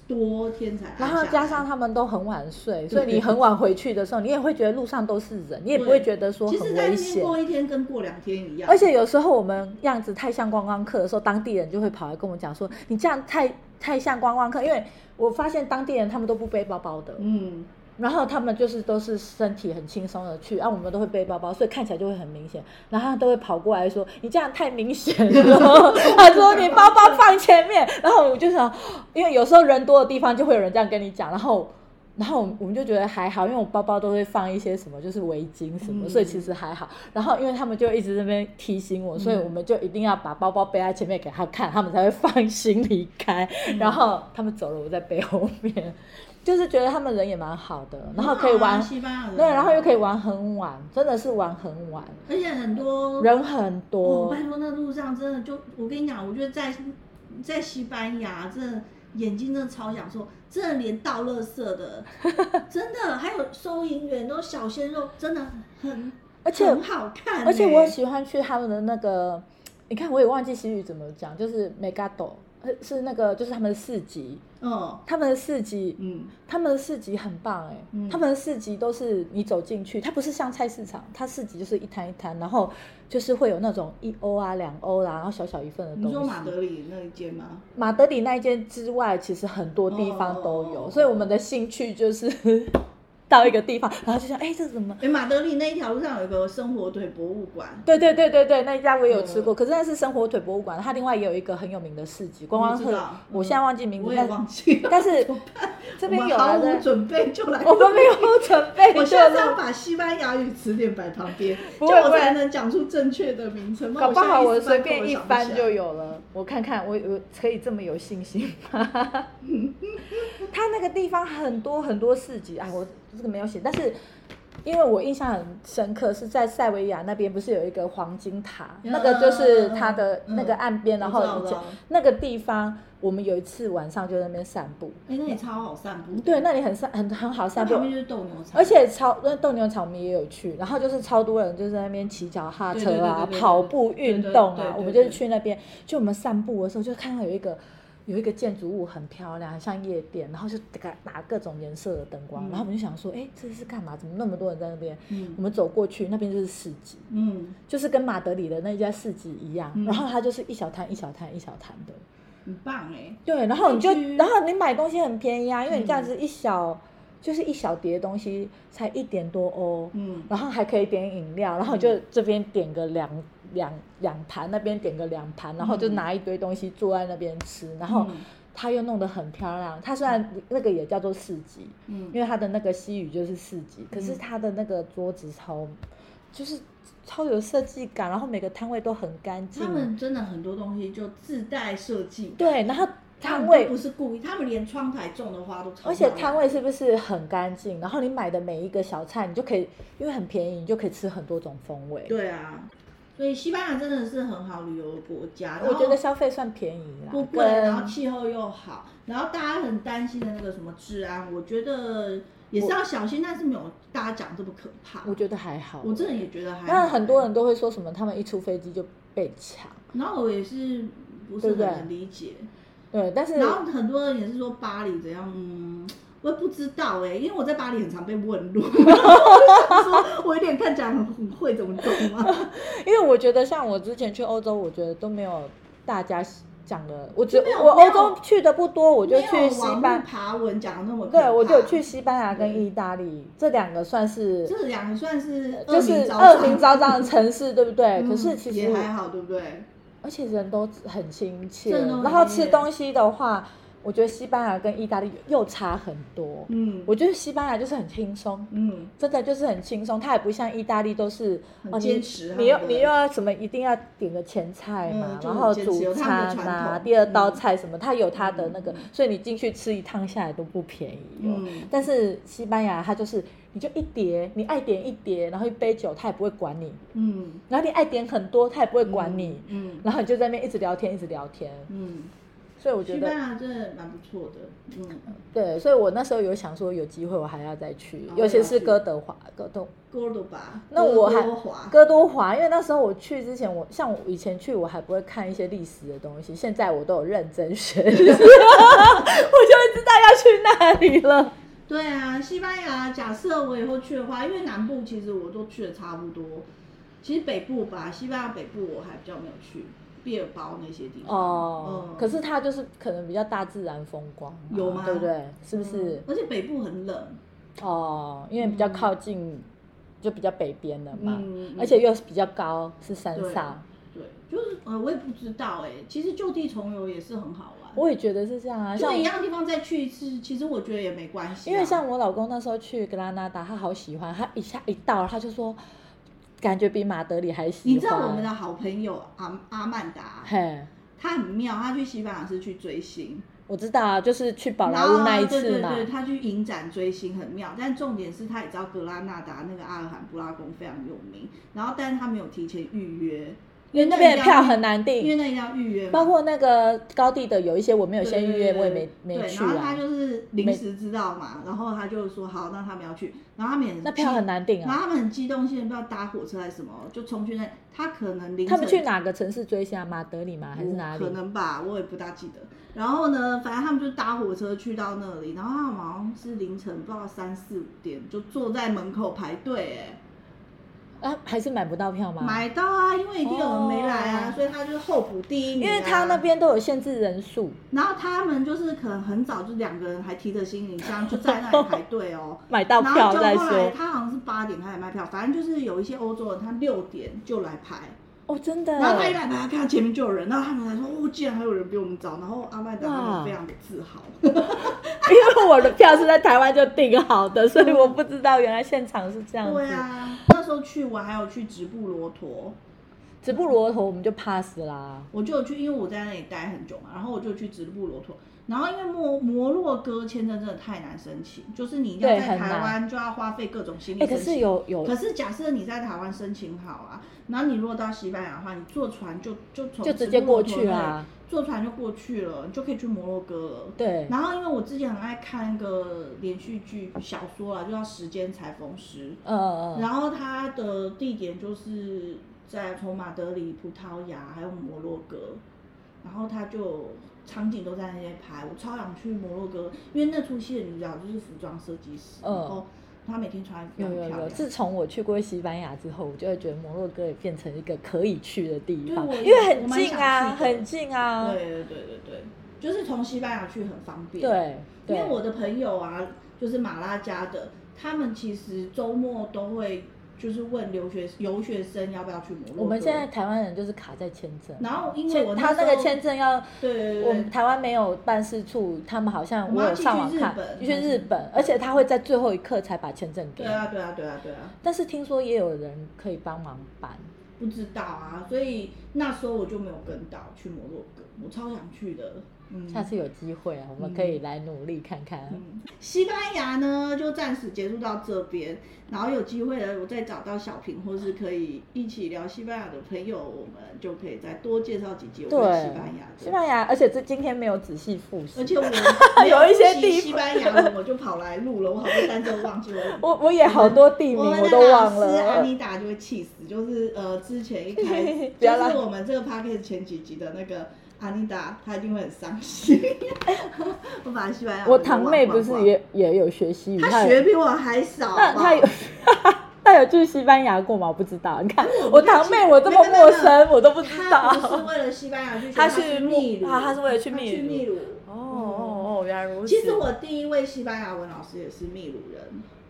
[SPEAKER 2] 多天才暗下
[SPEAKER 1] 然
[SPEAKER 2] 来。
[SPEAKER 1] 后加上他们都很晚睡，所以你很晚回去的时候，你也会觉得路上都是人，你也不会觉得说
[SPEAKER 2] 其实
[SPEAKER 1] 很危
[SPEAKER 2] 在那边
[SPEAKER 1] 险。
[SPEAKER 2] 过一天跟过两天一样，
[SPEAKER 1] 而且有时候我们样子太像观光客的时候，当地人就会跑来跟我们讲说：“你这样太太像观光客。”因为我发现当地人他们都不背包包的，
[SPEAKER 2] 嗯。
[SPEAKER 1] 然后他们就是都是身体很轻松的去，啊，我们都会背包包，所以看起来就会很明显。然后他都会跑过来说：“你这样太明显了。”他说：“你包包放前面。”然后我就想，因为有时候人多的地方就会有人这样跟你讲，然后。然后我们我们就觉得还好，因为我包包都会放一些什么，就是围巾什么，
[SPEAKER 2] 嗯
[SPEAKER 1] 所以其实还好。然后因为他们就一直在那边提醒我，所以我们就一定要把包包背在前面给他看，他们才会放心离开。然后他们走了，我再背后面，就是觉得他们人也蛮好的，然后可以玩，
[SPEAKER 2] 很好啊西班牙人，
[SPEAKER 1] 对，然后又可以玩很晚，真的是玩很晚，
[SPEAKER 2] 而且很多
[SPEAKER 1] 人很
[SPEAKER 2] 哦，
[SPEAKER 1] 多
[SPEAKER 2] 拜。托，那路上真的就，我跟你讲，我觉得在在西班牙，真的眼睛真的超想说，真的连倒垃圾 的，真的还有收银员都小鲜肉，真的很
[SPEAKER 1] 而且
[SPEAKER 2] 很好看欸、
[SPEAKER 1] 而且我喜欢去他们的那个，你看我也忘记西语怎么讲，就是 megado，呃是那个就是他们的市集，
[SPEAKER 2] 嗯
[SPEAKER 1] 他们的市集，
[SPEAKER 2] 嗯
[SPEAKER 1] 他们的市集很棒哎、
[SPEAKER 2] 嗯
[SPEAKER 1] 他们的市集都是你走进去，它不是像菜市场，它市集就是一摊一摊，然后就是会有那种一欧啊、两欧啦、然后小小一份的东西。
[SPEAKER 2] 你说马德里那一间吗？
[SPEAKER 1] 马德里那一间之外，其实很多地方都有，
[SPEAKER 2] 哦
[SPEAKER 1] 所以我们的兴趣就是 到一个地方，然后就想，哎、这是什么？
[SPEAKER 2] 哎、马德里那一条路上有一个生活腿博物馆，
[SPEAKER 1] 对对对对对，那一家我也有吃过，
[SPEAKER 2] 嗯
[SPEAKER 1] 可是那是生火腿博物馆，它另外也有一个很有名的市集，观光
[SPEAKER 2] 我知
[SPEAKER 1] 客
[SPEAKER 2] 道，嗯
[SPEAKER 1] 我现在忘记名
[SPEAKER 2] 我
[SPEAKER 1] 字，
[SPEAKER 2] 也
[SPEAKER 1] 但
[SPEAKER 2] 忘记了。
[SPEAKER 1] 但 是这边有啊
[SPEAKER 2] 我们毫
[SPEAKER 1] 对
[SPEAKER 2] 无准备就来，
[SPEAKER 1] 我们没有准 备，
[SPEAKER 2] 我
[SPEAKER 1] 就
[SPEAKER 2] 现在要把西班牙语词典摆旁边，
[SPEAKER 1] 哎不
[SPEAKER 2] 就
[SPEAKER 1] 会
[SPEAKER 2] 我
[SPEAKER 1] 不会
[SPEAKER 2] 才能讲出正确的名称。
[SPEAKER 1] 搞不
[SPEAKER 2] 然
[SPEAKER 1] 好
[SPEAKER 2] 我
[SPEAKER 1] 我
[SPEAKER 2] 现
[SPEAKER 1] 随
[SPEAKER 2] 在一时半刻
[SPEAKER 1] 便一
[SPEAKER 2] 想不
[SPEAKER 1] 翻
[SPEAKER 2] 起
[SPEAKER 1] 就
[SPEAKER 2] 来。
[SPEAKER 1] 有了。我看看，我我可以这么有信心吗？ 他那个地方很多很多市集，哎，我这个没有写，但是因为我印象很深刻，是在塞维亚那边不是有一个黄金塔，
[SPEAKER 2] 嗯
[SPEAKER 1] 那个就是它的
[SPEAKER 2] 嗯
[SPEAKER 1] 那个岸边，
[SPEAKER 2] 嗯
[SPEAKER 1] 然
[SPEAKER 2] 我知道
[SPEAKER 1] 后以
[SPEAKER 2] 我知
[SPEAKER 1] 前
[SPEAKER 2] 道
[SPEAKER 1] 那个地方，我们有一次晚上就在那边散步，
[SPEAKER 2] 哎、那里超好散步。
[SPEAKER 1] 对，那里很散很很好散
[SPEAKER 2] 那
[SPEAKER 1] 步
[SPEAKER 2] 旁，边就是斗牛场，
[SPEAKER 1] 而且超那斗牛场我们也有去，然后就是超多人就是在那边骑脚踏
[SPEAKER 2] 对
[SPEAKER 1] 车
[SPEAKER 2] 对对
[SPEAKER 1] 啊
[SPEAKER 2] 对、对
[SPEAKER 1] 跑步运动
[SPEAKER 2] 对对对对
[SPEAKER 1] 啊，
[SPEAKER 2] 对
[SPEAKER 1] 我们就是去那边，就我们散步的时候就看到有一个有一个建筑物很漂亮，很像夜店，然后就打打各种颜色的灯光，
[SPEAKER 2] 嗯
[SPEAKER 1] 然后我们就想说，哎，这是干嘛？怎么那么多人在那边？
[SPEAKER 2] 嗯
[SPEAKER 1] 我们走过去，那边就是市集，
[SPEAKER 2] 嗯，
[SPEAKER 1] 就是跟马德里的那一家市集一样，
[SPEAKER 2] 嗯
[SPEAKER 1] 然后它就是一小摊一小摊一小摊的，
[SPEAKER 2] 很棒哎、
[SPEAKER 1] 对，然后你就
[SPEAKER 2] 地，区
[SPEAKER 1] 然后你买东西很便宜啊，因为你
[SPEAKER 2] 嗯
[SPEAKER 1] 这样子一小、就是一小碟东西才一点多欧，
[SPEAKER 2] 嗯
[SPEAKER 1] 然后还可以点饮料，然后就这边点个两两两盘，那边点个两盘，然后就
[SPEAKER 2] 嗯
[SPEAKER 1] 拿一堆东西坐在那边吃，然后
[SPEAKER 2] 嗯
[SPEAKER 1] 它又弄得很漂亮。它虽然那个也叫做市集，
[SPEAKER 2] 嗯，
[SPEAKER 1] 因为它的那个西语就是市集，可是
[SPEAKER 2] 嗯
[SPEAKER 1] 它的那个桌子超就是超有设计感，然后每个摊位都很干净。
[SPEAKER 2] 他们真的很多东西就自带设计，
[SPEAKER 1] 对，然后摊
[SPEAKER 2] 他们
[SPEAKER 1] 位
[SPEAKER 2] 都不是故意，他们连窗台种的花都超漂亮。
[SPEAKER 1] 而且摊位是不是很干净？然后你买的每一个小菜，你就可以，因为很便宜，你就可以吃很多种风味。
[SPEAKER 2] 对啊，所以西班牙真的是很好旅游的国家。啊然
[SPEAKER 1] 我
[SPEAKER 2] 后
[SPEAKER 1] 觉得消费算便宜啦，
[SPEAKER 2] 不贵，啊
[SPEAKER 1] 跟
[SPEAKER 2] 然后气候又好，然后大家很担心的那个什么治安，我觉得也是要小心，但是没有大家讲这么可怕。
[SPEAKER 1] 我觉得还好。
[SPEAKER 2] 我真的也觉得还好。
[SPEAKER 1] 那很多人都会说什么，他们一出飞机就被抢，
[SPEAKER 2] 然后我也是不
[SPEAKER 1] 对
[SPEAKER 2] 是
[SPEAKER 1] 不对
[SPEAKER 2] 很能理解，
[SPEAKER 1] 对，但是
[SPEAKER 2] 然后很多人也是说巴黎怎样，嗯，我也不知道哎、因为我在巴黎很常被问路， 然后我就想说我有点看起来很很会，怎么懂吗？
[SPEAKER 1] 因为我觉得像我之前去欧洲，我觉得都没有大家讲的，我只
[SPEAKER 2] 就没有
[SPEAKER 1] 我
[SPEAKER 2] 没
[SPEAKER 1] 欧
[SPEAKER 2] 有
[SPEAKER 1] 洲去的不多， 我就
[SPEAKER 2] 没
[SPEAKER 1] 去
[SPEAKER 2] 有
[SPEAKER 1] 西
[SPEAKER 2] 网络
[SPEAKER 1] 班，
[SPEAKER 2] 爬文讲的那么可
[SPEAKER 1] 对我就有
[SPEAKER 2] 怕
[SPEAKER 1] 去，西班牙跟
[SPEAKER 2] 对
[SPEAKER 1] 意大利这两个算是
[SPEAKER 2] 这两个算是
[SPEAKER 1] 就
[SPEAKER 2] 恶名
[SPEAKER 1] 是
[SPEAKER 2] 昭
[SPEAKER 1] 恶
[SPEAKER 2] 彰
[SPEAKER 1] 名昭彰的城市，对不对？
[SPEAKER 2] 嗯
[SPEAKER 1] 可是其实
[SPEAKER 2] 也还
[SPEAKER 1] 我
[SPEAKER 2] 好，对不对？
[SPEAKER 1] 而且人都很亲切，
[SPEAKER 2] 真的很
[SPEAKER 1] 然后
[SPEAKER 2] 亲
[SPEAKER 1] 吃
[SPEAKER 2] 切
[SPEAKER 1] 东西的话，我觉得西班牙跟意大利又差很多。
[SPEAKER 2] 嗯，
[SPEAKER 1] 我觉得西班牙就是很轻松，
[SPEAKER 2] 嗯，
[SPEAKER 1] 真的就是很轻松，它也不像意大利都是
[SPEAKER 2] 很
[SPEAKER 1] 哦，你
[SPEAKER 2] 坚持
[SPEAKER 1] 你又
[SPEAKER 2] 他们的
[SPEAKER 1] 你又要什么一定要点个前菜嘛
[SPEAKER 2] 嗯，就
[SPEAKER 1] 然
[SPEAKER 2] 很
[SPEAKER 1] 后
[SPEAKER 2] 坚持
[SPEAKER 1] 主
[SPEAKER 2] 有他们的
[SPEAKER 1] 餐
[SPEAKER 2] 传
[SPEAKER 1] 啊，
[SPEAKER 2] 统
[SPEAKER 1] 第二道
[SPEAKER 2] 嗯
[SPEAKER 1] 菜什么，它有它的那个
[SPEAKER 2] 嗯，
[SPEAKER 1] 所以你进去吃一趟下来都不便宜哦。
[SPEAKER 2] 嗯
[SPEAKER 1] 但是西班牙它就是你就一碟，你爱点一碟，然后一杯酒，它也不会管你，
[SPEAKER 2] 嗯，
[SPEAKER 1] 然后你爱点很多，它也不会管你，
[SPEAKER 2] 嗯，嗯
[SPEAKER 1] 然后你就在那边一直聊天，一直聊天。
[SPEAKER 2] 嗯，
[SPEAKER 1] 所以我觉
[SPEAKER 2] 西班
[SPEAKER 1] 得，
[SPEAKER 2] 牙真的蛮不错的，嗯
[SPEAKER 1] 对，所以我那时候有想说，有机会我还要再去
[SPEAKER 2] 哦，
[SPEAKER 1] 尤其
[SPEAKER 2] 要
[SPEAKER 1] 是
[SPEAKER 2] 去
[SPEAKER 1] 哥德华，哥德
[SPEAKER 2] ，Cordoba，
[SPEAKER 1] 那我还
[SPEAKER 2] 哥德华
[SPEAKER 1] 哥多华，因为那时候我去之前，我像我以前去我还不会看一些历史的东西，现在我都有认真学， 我就会知道要去哪里了。
[SPEAKER 2] 对啊，西班牙，假设我以后去的话，因为南部其实我都去的差不多，其实北部吧，西班牙北部我还比较没有去，毕尔包那些地方，
[SPEAKER 1] 哦，
[SPEAKER 2] 嗯
[SPEAKER 1] 可是它就是可能比较大自然风光嘛，
[SPEAKER 2] 有吗
[SPEAKER 1] 对不对？是不是
[SPEAKER 2] 嗯？而且北部很冷，
[SPEAKER 1] 哦，因为比较靠近，就比较北边了嘛，
[SPEAKER 2] 嗯嗯
[SPEAKER 1] 而且又比较高，是山上。
[SPEAKER 2] 对，就是呃，我也不知道哎、其实就地重游也是很好玩，
[SPEAKER 1] 我也觉得是这样啊，像
[SPEAKER 2] 就
[SPEAKER 1] 我
[SPEAKER 2] 一样的地方再去一次，其实我觉得也没关系啊、
[SPEAKER 1] 因为像我老公那时候去格拉纳达，他好喜欢，他一下一到他就说，感觉比马德里还喜欢。
[SPEAKER 2] 你知道我们的好朋友阿阿曼达，
[SPEAKER 1] 嘿，
[SPEAKER 2] 他很妙，他去西班牙是去追星，
[SPEAKER 1] 我知道啊，就是去宝
[SPEAKER 2] 然
[SPEAKER 1] 莱
[SPEAKER 2] 后
[SPEAKER 1] 坞那一
[SPEAKER 2] 对
[SPEAKER 1] 次
[SPEAKER 2] 对
[SPEAKER 1] 嘛。
[SPEAKER 2] 对，他去影展追星很妙，但重点是他也知道格拉纳达那个阿尔罕布拉宫非常有名，然后但是他没有提前预约，
[SPEAKER 1] 因为那边的
[SPEAKER 2] 一定要
[SPEAKER 1] 票很难
[SPEAKER 2] 因为
[SPEAKER 1] 订，
[SPEAKER 2] 那一定要预约嘛，
[SPEAKER 1] 嗯包括那个高地的有一些我没有
[SPEAKER 2] 对
[SPEAKER 1] 先
[SPEAKER 2] 对
[SPEAKER 1] 预
[SPEAKER 2] 对
[SPEAKER 1] 约，
[SPEAKER 2] 对
[SPEAKER 1] 我也没
[SPEAKER 2] 对
[SPEAKER 1] 没去
[SPEAKER 2] 然后他
[SPEAKER 1] 啊。
[SPEAKER 2] 就是临时知道嘛，然后他就说好，那他们要去，然后他们也
[SPEAKER 1] 那票很难订
[SPEAKER 2] 然后
[SPEAKER 1] 啊。
[SPEAKER 2] 他们很激动，现在不知道搭火车还是什么，就冲去那，他可能凌晨
[SPEAKER 1] 他们去哪个城市追星啊？马德里吗？还是哪
[SPEAKER 2] 可
[SPEAKER 1] 里？
[SPEAKER 2] 能吧，我也不大记得。然后呢，反正他们就搭火车去到那里，然后他们好像是凌晨不知道三四五点就坐在门口排队，哎、
[SPEAKER 1] 啊，还是买不到票吗？
[SPEAKER 2] 买到啊，因为一定有人没来啊，
[SPEAKER 1] 哦
[SPEAKER 2] 所以他就是候补第一名、啊
[SPEAKER 1] 因为他那，边都有限制人数，
[SPEAKER 2] 然后他们就是可能很早就两个人还提着行李箱就在那里排队 哦。
[SPEAKER 1] 买到
[SPEAKER 2] 然后
[SPEAKER 1] 票
[SPEAKER 2] 就
[SPEAKER 1] 再
[SPEAKER 2] 后来
[SPEAKER 1] 说。
[SPEAKER 2] 他好像是八点开始卖票，反正就是有一些欧洲人他六点就来排，
[SPEAKER 1] 哦，真的。
[SPEAKER 2] 然后他一来排，他看到前面就有人，然后他们才说哦，竟然还有人比我们早，然后阿曼达他们
[SPEAKER 1] 哇
[SPEAKER 2] 非常的自豪。
[SPEAKER 1] 因为我的票是在台湾就订好的，所以我不知道原来现场是这样子。
[SPEAKER 2] 嗯对啊，那时候去我还有去直布罗陀，
[SPEAKER 1] 直布罗陀我们就 pass 啦。
[SPEAKER 2] 我就有去，因为我在那里待很久嘛，然后我就去直布罗陀。然后因为摩摩洛哥签证真的太难申请，就是你要
[SPEAKER 1] 对
[SPEAKER 2] 在
[SPEAKER 1] 很
[SPEAKER 2] 台
[SPEAKER 1] 难
[SPEAKER 2] 湾就要花费各种心
[SPEAKER 1] 哎、
[SPEAKER 2] 力
[SPEAKER 1] 可
[SPEAKER 2] 申
[SPEAKER 1] 是
[SPEAKER 2] 请。
[SPEAKER 1] 有有
[SPEAKER 2] 可是假设你在台湾申请好啊，然后你如果到西班牙的话，你坐船就就从
[SPEAKER 1] 就直
[SPEAKER 2] 直
[SPEAKER 1] 接
[SPEAKER 2] 布罗
[SPEAKER 1] 过
[SPEAKER 2] 陀
[SPEAKER 1] 去
[SPEAKER 2] 那里
[SPEAKER 1] 啊，
[SPEAKER 2] 坐船就过去了，你就可以去摩洛哥了。
[SPEAKER 1] 对，嗯
[SPEAKER 2] 然后因为我之前很爱看一个连续剧小说啊，就叫《时间裁缝师》，
[SPEAKER 1] 嗯嗯
[SPEAKER 2] 然后它的地点就是在从马德里、葡萄牙还有摩洛哥，然后它就场景都在那些拍。我超想去摩洛哥，因为那出戏的女主角就是服装设计师，
[SPEAKER 1] 嗯
[SPEAKER 2] 然后她每天穿的
[SPEAKER 1] 有
[SPEAKER 2] 很
[SPEAKER 1] 有
[SPEAKER 2] 漂
[SPEAKER 1] 有，
[SPEAKER 2] 亮。
[SPEAKER 1] 自从我去过西班牙之后，我就会觉得摩洛哥也变成一个可以去的地方，
[SPEAKER 2] 对我
[SPEAKER 1] 因为很
[SPEAKER 2] 我蛮
[SPEAKER 1] 近啊，
[SPEAKER 2] 想去的
[SPEAKER 1] 很近啊，
[SPEAKER 2] 对对对对对，就是从西班牙去很方便。
[SPEAKER 1] 对
[SPEAKER 2] 因
[SPEAKER 1] 对，
[SPEAKER 2] 为我的朋友啊，就是马拉加的，他们其实周末都会就是问留学留学生要不要去摩洛哥。
[SPEAKER 1] 我们现在，台湾人就是卡在签证，
[SPEAKER 2] 然后因为
[SPEAKER 1] 签
[SPEAKER 2] 我
[SPEAKER 1] 他那
[SPEAKER 2] 那
[SPEAKER 1] 个
[SPEAKER 2] 时候
[SPEAKER 1] 签证要。
[SPEAKER 2] 对对
[SPEAKER 1] 我
[SPEAKER 2] 对
[SPEAKER 1] 们
[SPEAKER 2] 对，
[SPEAKER 1] 台湾没有办事处，他们好像
[SPEAKER 2] 我
[SPEAKER 1] 我
[SPEAKER 2] 们要
[SPEAKER 1] 有上网
[SPEAKER 2] 寄去日
[SPEAKER 1] 看
[SPEAKER 2] 本，
[SPEAKER 1] 去日本，而且他会在最后一刻才把签证给
[SPEAKER 2] 对
[SPEAKER 1] 你。
[SPEAKER 2] 啊对啊对啊对啊，
[SPEAKER 1] 但是听说也有人可以帮忙办，
[SPEAKER 2] 不知道啊，所以那时候我就没有跟到去摩洛哥，我超想去的。嗯，
[SPEAKER 1] 下次有机会啊，我们可以来努力看看。
[SPEAKER 2] 嗯，西班牙呢就暂时结束到这边，然后有机会了，我再找到小平或是可以一起聊西班牙的朋友，我们就可以再多介绍几集我
[SPEAKER 1] 对
[SPEAKER 2] 们西班牙的。
[SPEAKER 1] 西班牙，而且这今天没有仔细复习，
[SPEAKER 2] 而且我没
[SPEAKER 1] 有一些
[SPEAKER 2] 复习
[SPEAKER 1] 地
[SPEAKER 2] 西班牙文，我就跑来录了，我好多单词都忘记了。
[SPEAKER 1] 我我也好多地名
[SPEAKER 2] 我们
[SPEAKER 1] 我
[SPEAKER 2] 的
[SPEAKER 1] 都忘
[SPEAKER 2] 老师安
[SPEAKER 1] 了。
[SPEAKER 2] 妮达就会气死，就是呃，之前一开始
[SPEAKER 1] 不
[SPEAKER 2] 就
[SPEAKER 1] 要啦
[SPEAKER 2] 是我们这个 p a c k a g e 前几集的那个安妮达，她一定会很伤心。 我把西班牙文
[SPEAKER 1] 我
[SPEAKER 2] 都
[SPEAKER 1] 堂
[SPEAKER 2] 忘
[SPEAKER 1] 妹
[SPEAKER 2] 光
[SPEAKER 1] 不是
[SPEAKER 2] 光
[SPEAKER 1] 也也有学西语，
[SPEAKER 2] 她
[SPEAKER 1] 有
[SPEAKER 2] 学比我还少，
[SPEAKER 1] 那
[SPEAKER 2] 好不
[SPEAKER 1] 她
[SPEAKER 2] 好
[SPEAKER 1] 有她有去西班牙过吗？我不知道。你看
[SPEAKER 2] 我
[SPEAKER 1] 我
[SPEAKER 2] 不太
[SPEAKER 1] 堂
[SPEAKER 2] 记
[SPEAKER 1] 妹，我这
[SPEAKER 2] 没
[SPEAKER 1] 么
[SPEAKER 2] 没
[SPEAKER 1] 陌
[SPEAKER 2] 没有
[SPEAKER 1] 生，我都不知
[SPEAKER 2] 她不
[SPEAKER 1] 道
[SPEAKER 2] 是。为了西班牙去学，
[SPEAKER 1] 她
[SPEAKER 2] 她
[SPEAKER 1] 是
[SPEAKER 2] 秘鲁，
[SPEAKER 1] 啊她是为了去
[SPEAKER 2] 她
[SPEAKER 1] 秘
[SPEAKER 2] 去
[SPEAKER 1] 鲁
[SPEAKER 2] 秘鲁。
[SPEAKER 1] 哦哦哦，原来如此。
[SPEAKER 2] 其实我第一位西班牙文老师也是秘鲁人，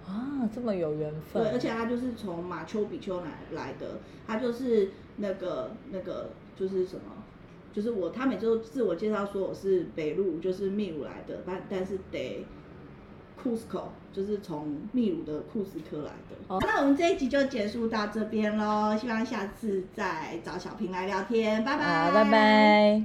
[SPEAKER 1] 啊，这么有缘分。
[SPEAKER 2] 对，而且他就是从马丘比丘来来的，他就是那个那个就是什么，就是我他每次都自我介绍说我是北路，就是秘鲁来的，但但是得。库斯科就是从秘鲁的库斯科来的。
[SPEAKER 1] 哦
[SPEAKER 2] 那我们这一集就结束到这边喽，希望下次再找小平来聊天，拜拜，
[SPEAKER 1] 好，拜拜。